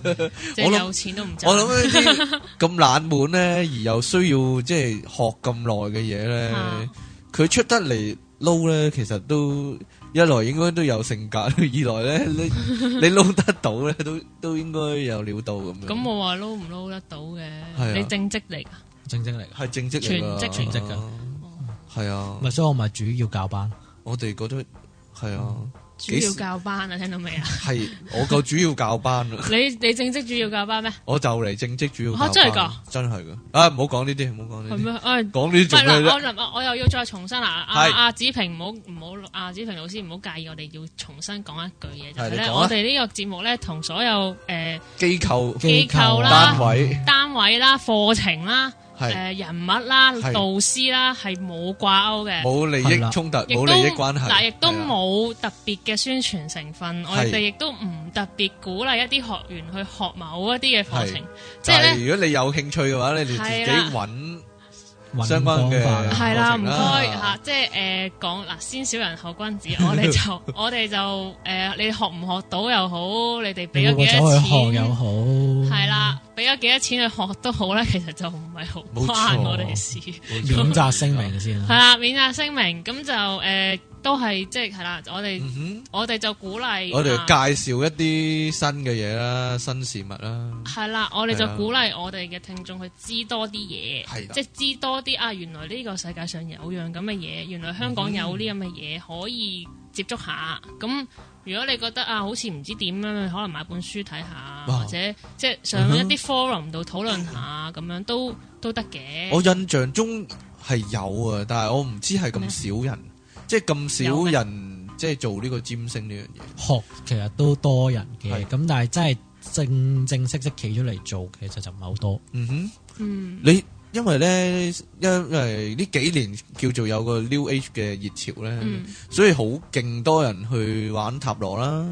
Speaker 1: 即
Speaker 2: 我
Speaker 1: 係
Speaker 2: 諗
Speaker 1: 有錢都唔
Speaker 2: 我
Speaker 1: 賺。
Speaker 2: 諗呢 啲咁冷門咧，而又需要即係學咁耐嘅嘢咧
Speaker 1: 啊，
Speaker 2: 佢出得嚟撈咧，其實都一來應該都有性格，二來 咧你你撈得到咧，都都應該有料到咁樣。
Speaker 1: 咁我話撈唔撈得到嘅，
Speaker 2: 啊
Speaker 1: 你正職嚟㗎，
Speaker 3: 正正嚟，
Speaker 2: 係正職嚟㗎
Speaker 1: 全職
Speaker 3: 全職㗎，
Speaker 2: 係啊，
Speaker 3: 咪所以我咪主要教班。
Speaker 2: 我哋覺得係啊，
Speaker 1: 主
Speaker 2: 幾
Speaker 1: 要
Speaker 2: 時
Speaker 1: 教班啊，聽到未啊？
Speaker 2: 係我夠主要教班啦，
Speaker 1: 你你正職主要教班咩？
Speaker 2: 我就嚟正職主要教班。
Speaker 1: 嚇真係㗎，
Speaker 2: 真係㗎。啊，唔好講呢啲，唔好講呢
Speaker 1: 係
Speaker 2: 啲，
Speaker 1: 咩？唉，
Speaker 2: 講呢啲
Speaker 1: 唔
Speaker 2: 做
Speaker 1: 係
Speaker 2: 咩
Speaker 1: 嗱，
Speaker 2: 啫？
Speaker 1: 我諗我又要再重新啦。阿
Speaker 2: 係
Speaker 1: 阿子平唔好唔好，阿子平老師唔好介意，我哋要重新講一句嘢就
Speaker 2: 係
Speaker 1: 係
Speaker 2: 你
Speaker 1: 咧，
Speaker 2: 講啊
Speaker 1: 我哋呢個節目咧同所有誒
Speaker 2: 機構
Speaker 1: 機構啦
Speaker 2: 單、位
Speaker 1: 單位啦、課程啦、
Speaker 2: 係。
Speaker 1: 誒人物啦、
Speaker 2: 係
Speaker 1: 導師啦係冇掛鈎嘅。
Speaker 2: 冇利益衝突，
Speaker 1: 亦都
Speaker 2: 冇利益關係，
Speaker 1: 嗱，亦都
Speaker 2: 係啊
Speaker 1: 冇特別嘅宣傳成分，我
Speaker 2: 係
Speaker 1: 哋亦都唔特別鼓勵一啲學員去學某一啲嘅課程
Speaker 2: 係，
Speaker 1: 即係
Speaker 2: 但
Speaker 1: 咧
Speaker 2: 係如果你有興趣嘅話，你哋自己
Speaker 1: 係啦
Speaker 2: 揾
Speaker 3: 揾
Speaker 2: 相關嘅
Speaker 3: 方法
Speaker 2: 係
Speaker 3: 啊
Speaker 1: 係啦，
Speaker 2: 課
Speaker 1: 唔
Speaker 2: 程啦
Speaker 1: 該嚇，即係誒講嗱，先小人後君 子，我哋就我哋就誒，你學唔學到又好，你哋俾咗
Speaker 3: 你會唔會
Speaker 1: 幾
Speaker 3: 走
Speaker 1: 多
Speaker 3: 去學又
Speaker 1: 錢，
Speaker 3: 好，
Speaker 1: 係啦，俾咗幾多錢去學都好咧，其實就唔係好
Speaker 2: 冇
Speaker 1: 關
Speaker 2: 錯
Speaker 1: 我哋事。
Speaker 3: 免責聲明先
Speaker 1: 係
Speaker 3: 啦。
Speaker 1: 啦，免責聲明咁就誒都係即係係啦，我哋
Speaker 2: 嗯
Speaker 1: 我哋就鼓勵
Speaker 2: 哼，我哋
Speaker 1: 啊
Speaker 2: 介紹一啲新嘅嘢啦，新事物啦，
Speaker 1: 系啦，我哋
Speaker 2: 係
Speaker 1: 就
Speaker 2: 啊
Speaker 1: 鼓勵我哋嘅聽眾去知多啲嘢
Speaker 2: 係，啦
Speaker 1: 即係知多啲啊！原來呢個世界上有樣咁嘅嘢，原來香港有呢咁
Speaker 2: 嗯
Speaker 1: 嘅嘢可以接觸下。咁如果你覺得啊，好似唔知點樣，可能買本書睇下，
Speaker 2: 哇嗯
Speaker 1: 或者即係上一啲 forum 度討論下，咁樣都都得嘅。
Speaker 2: 我印象中係有啊，但係我唔知係咁少人，即係咁少人即係做呢個占星呢樣嘢。
Speaker 3: 學其實都多人嘅，
Speaker 2: 係
Speaker 3: 咁但係真係正正式式企咗嚟做，其實就唔係好多。
Speaker 2: 嗯哼，
Speaker 1: 嗯，
Speaker 2: 你因為咧，因為呢幾年叫做有個 New Age 嘅熱潮咧，
Speaker 1: 嗯
Speaker 2: 所以好勁多人去玩塔羅啦。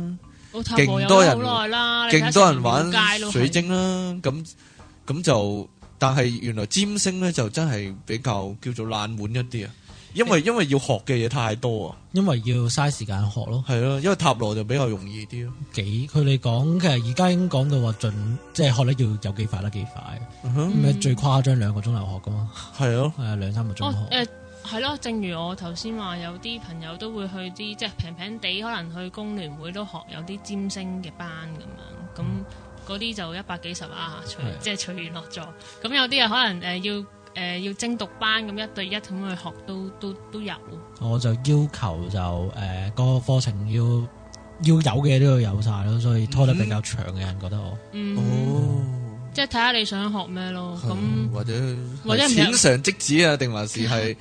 Speaker 1: 我塔羅
Speaker 2: 勁
Speaker 1: 有
Speaker 2: 多
Speaker 1: 咗
Speaker 2: 人
Speaker 1: 好耐啦，你睇下
Speaker 2: 勁多人
Speaker 1: 成條街都
Speaker 2: 玩
Speaker 1: 係
Speaker 2: 水，晶啦，咁咁就，但係原來占星咧就真係比較叫做冷門一啲啊，因為因為要學嘅嘢太多啊，
Speaker 3: 因為要嘥時間學咯，
Speaker 2: 係咯，因為塔羅就比較容易啲咯，
Speaker 3: 幾佢哋講其實而家已經講到話盡，即係學得要有幾快得幾快，
Speaker 2: 嗯哼
Speaker 3: 咁你最誇張兩個鐘頭學噶嘛，
Speaker 2: 係咯，
Speaker 3: 係啊兩三個鐘
Speaker 1: 哦
Speaker 3: 頭學，
Speaker 1: 誒係咯，正如我頭先話，有啲朋友都會去啲即係平平地，可能去工聯會都學有啲占星嘅班咁樣，咁嗰啲就一百幾十啊，隨
Speaker 3: 嗯係
Speaker 1: 即係隨緣落座。咁有啲啊，可能誒、呃要誒、呃要精讀班咁一對一咁去學都都都有。
Speaker 3: 我就要求就誒、呃個課程要要有嘅都要有晒咯，所以拖得比較長嘅人覺得我
Speaker 1: 嗯，
Speaker 2: 哦，
Speaker 1: 即係睇下你想學咩咯。咁
Speaker 2: 或者
Speaker 1: 或者唔
Speaker 2: 淺嘗即止啊，定還是
Speaker 1: 即
Speaker 2: 係誒
Speaker 1: 係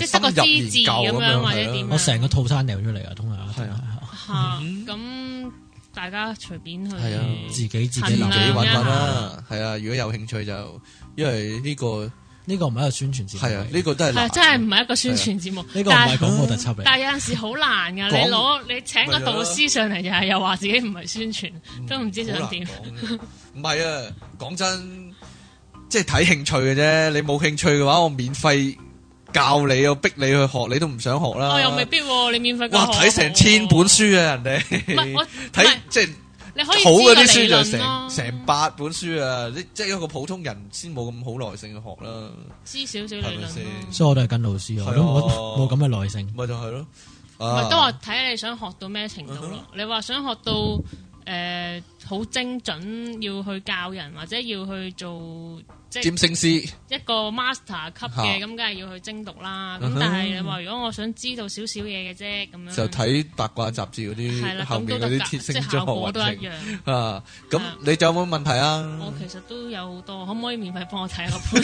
Speaker 1: 得
Speaker 2: 深
Speaker 1: 個
Speaker 2: 入研
Speaker 1: 知
Speaker 2: 究
Speaker 1: 字咁樣
Speaker 2: 樣
Speaker 1: 或者
Speaker 2: 係咯
Speaker 1: 點啊
Speaker 3: 我成個套餐掉出嚟啊，通常
Speaker 2: 嗯係啊
Speaker 1: 嚇
Speaker 2: 嗯
Speaker 1: 咁大家隨便去。
Speaker 2: 係啊
Speaker 3: 自己
Speaker 2: 自
Speaker 3: 自己
Speaker 2: 己
Speaker 3: 留
Speaker 1: 衡
Speaker 2: 揾
Speaker 1: 量
Speaker 2: 揾
Speaker 1: 一下
Speaker 2: 啦，係啊，如果有興趣就，因為呢個
Speaker 3: 呢個唔係一個宣傳節目嚟，
Speaker 2: 係啊，呢個都係
Speaker 1: 係
Speaker 2: 難
Speaker 1: 真係唔係一個宣傳節目，
Speaker 3: 啊呢個唔
Speaker 1: 但
Speaker 3: 係廣告特輯嚟，
Speaker 1: 但係有陣時好難噶，
Speaker 2: 講
Speaker 1: 你攞你請個導師上嚟，又係又話自己唔係宣傳，都唔知
Speaker 2: 嗯好
Speaker 1: 想
Speaker 2: 難
Speaker 1: 點。
Speaker 2: 講 嘅唔係啊，講真，即係睇興趣嘅啫。你冇興趣嘅話，我免費教你，我逼你去學，你都唔想
Speaker 1: 哦
Speaker 2: 學啦。
Speaker 1: 我又未必喎，你免費教
Speaker 2: 哇，
Speaker 1: 我
Speaker 2: 睇成千本，書啊，人
Speaker 1: 唔係
Speaker 2: 哋
Speaker 1: 我
Speaker 2: 睇
Speaker 1: 唔係
Speaker 2: 即係
Speaker 1: 你可以
Speaker 2: 好嗰啲
Speaker 1: 書
Speaker 2: 書就成成八本書啊！你即係一個普通人先冇咁好耐性去學啦，
Speaker 1: 知少少
Speaker 2: 係
Speaker 1: 理
Speaker 2: 咪
Speaker 1: 論
Speaker 2: 先
Speaker 1: 咯。
Speaker 3: 所以我都係跟老師，我都冇
Speaker 2: 係啊
Speaker 3: 冇咁嘅耐性。
Speaker 2: 咪就係咯。
Speaker 1: 唔
Speaker 2: 啊嗯
Speaker 1: 係都話睇下你想學到咩程度咯。你話想學到誒好、精準，要去教人或者要去做即係
Speaker 2: 占星師
Speaker 1: 一個 master 級嘅，咁
Speaker 2: 嚇
Speaker 1: 梗係要去精讀啦。
Speaker 2: 嗯
Speaker 1: 咁
Speaker 2: 哼
Speaker 1: 但係你話如果我想知道少少嘢嘅啫，咁樣
Speaker 2: 就睇八卦雜誌嗰
Speaker 1: 嗯係啦，
Speaker 2: 啲後
Speaker 1: 咁都
Speaker 2: 面嗰
Speaker 1: 得
Speaker 2: 啲
Speaker 1: 㗎，
Speaker 2: 鐵
Speaker 1: 即
Speaker 2: 星
Speaker 1: 係
Speaker 2: 座
Speaker 1: 效果
Speaker 2: 運
Speaker 1: 都一
Speaker 2: 程
Speaker 1: 樣。
Speaker 2: 啊！咁
Speaker 1: 啊
Speaker 2: 你仲有冇問題
Speaker 1: 我
Speaker 2: 啊？
Speaker 1: 其實都有好多，可唔可以免費幫我睇下 個盤？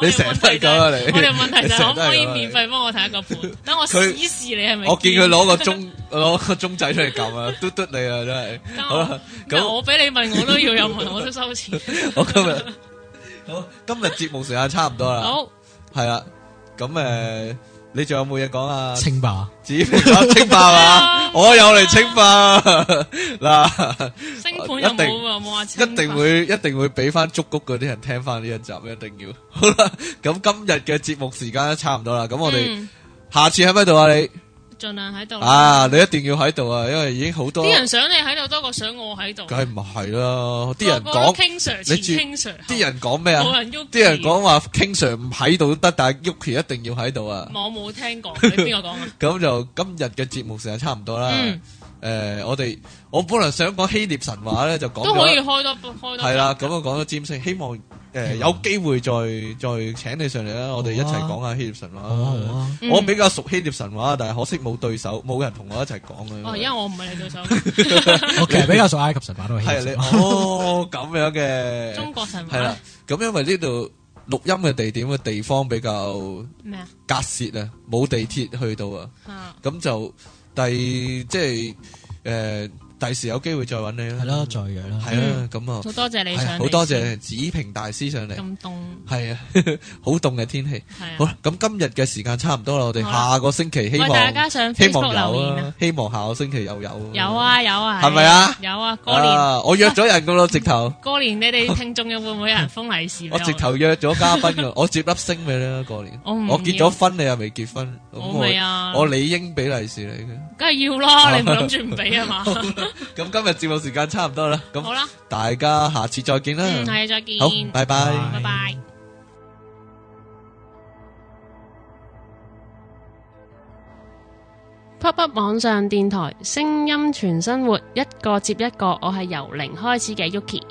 Speaker 2: 你成日都係咁啊你
Speaker 1: 我哋問題就係我哋問題就係
Speaker 2: 你成
Speaker 1: 可
Speaker 2: 日都
Speaker 1: 唔
Speaker 2: 係咁啊
Speaker 1: 可以
Speaker 2: 你
Speaker 1: 免費幫我睇下個盤？等我
Speaker 2: 佢
Speaker 1: 試試你係咪堅？
Speaker 2: 我見佢攞個鐘攞個鐘仔出嚟撳啊，嘟嘟你啊，真係
Speaker 1: 等我
Speaker 2: 好啦。
Speaker 1: 但
Speaker 2: 咁
Speaker 1: 我俾你問我都要有 問，我都收錢。
Speaker 2: 我今日好，今日節目時間差唔多啦，
Speaker 1: 好，
Speaker 2: 係啦。咁誒，你仲有冇嘢講啊？
Speaker 3: 清吧，
Speaker 2: 指明咗清白啊！我有嚟清白啊嗱，
Speaker 1: 星盤有
Speaker 2: 一定
Speaker 1: 冇啊？冇話
Speaker 2: 一定會一定會俾翻竹谷嗰啲人聽翻呢一集，一定 要好啦。咁今日嘅節目時間都差唔多啦，咁我哋
Speaker 1: 嗯
Speaker 2: 下次喺咪度啊？你
Speaker 1: 盡量喺度啦。
Speaker 2: 啊，你一定要喺度啊，因為已經好多，
Speaker 1: 啲人想你喺度多過想我喺度。
Speaker 2: 梗係唔係啦？啲人
Speaker 1: 個個都
Speaker 2: 講
Speaker 1: King Sir 前
Speaker 2: 你住
Speaker 1: King Sir，後
Speaker 2: 啲人講咩啊？
Speaker 1: 冇人喐。
Speaker 2: 啲人，講話 King Sir 唔喺度都得，但係 Yuki 一定要喺度啊！
Speaker 1: 我冇聽過，你邊個講啊？
Speaker 2: 咁就今日嘅節目時間差唔多啦。
Speaker 1: 嗯，
Speaker 2: 诶、我哋我本來想講希臘神話咧，就 講
Speaker 1: 都可以
Speaker 2: 咗
Speaker 1: 開多開多。
Speaker 2: 係啦。咁啊講咗占星，希望诶、呃
Speaker 3: 希
Speaker 2: 有
Speaker 3: 望
Speaker 2: 機會再再請你上嚟啦。我哋一齊講下希臘神話。
Speaker 3: 好啊好啊，
Speaker 1: 哦嗯，
Speaker 2: 我比較熟希臘神話，但係可惜冇對手，冇人同我一齊講啊
Speaker 1: 哦，而
Speaker 2: 嘅。
Speaker 1: 家我唔係你對 手，
Speaker 3: 我其實比較熟埃及神話都
Speaker 2: 係你
Speaker 3: 係。
Speaker 2: 哦咁樣
Speaker 1: 中
Speaker 2: 嘅，
Speaker 1: 國神
Speaker 2: 係啦
Speaker 1: 話。
Speaker 2: 咁因為呢度錄音嘅地點嘅地方比較
Speaker 1: 咩啊？
Speaker 2: 隔涉啊，冇地鐵去到啊，
Speaker 1: 啊
Speaker 2: 咁就第即係诶，第、時有機會再揾你啊啦。
Speaker 3: 係咯，再約啦。
Speaker 2: 系啊，咁啊，
Speaker 1: 好多謝你
Speaker 2: 係啊
Speaker 1: 上嚟
Speaker 2: 好多謝子平大師上嚟，
Speaker 1: 咁凍，
Speaker 2: 係啊， 好凍嘅天氣。
Speaker 1: 係
Speaker 2: 好
Speaker 1: 啊。
Speaker 2: 啦，咁今日嘅時間差唔多啦，我哋
Speaker 1: 好啦
Speaker 2: 下個星期
Speaker 1: 喂，
Speaker 2: 希望
Speaker 1: 大家上
Speaker 2: 希望
Speaker 1: Facebook 留
Speaker 2: 有
Speaker 1: 言啊！
Speaker 2: 啊，希望下個星期又有
Speaker 1: 有，啊有啊，
Speaker 2: 係咪啊
Speaker 1: 有啊，過年
Speaker 2: 啊，我約咗人噶 咯，直頭，
Speaker 1: 過年你 哋聽眾嘅會唔會有人封利是俾
Speaker 2: 我直頭約咗嘉賓噶， 我接粒星俾你啦，過年。
Speaker 1: 我唔
Speaker 2: 我結
Speaker 1: 要
Speaker 2: 咗婚，你又未結婚，咁
Speaker 1: 我未啊
Speaker 2: 我理應俾利是你嘅。
Speaker 1: 梗係要 啦，你唔諗住唔俾啊嘛？
Speaker 2: 咁今日節目時間差唔多啦，
Speaker 1: 好
Speaker 2: 咁
Speaker 1: 啦，
Speaker 2: 大家下次再見啦，
Speaker 1: 嗯，係再見，
Speaker 2: 好，拜拜
Speaker 1: 拜
Speaker 3: 拜。
Speaker 1: 拜。pop up 网上电台，声音全生活，一个接一个，我系由零开始嘅 Yuki。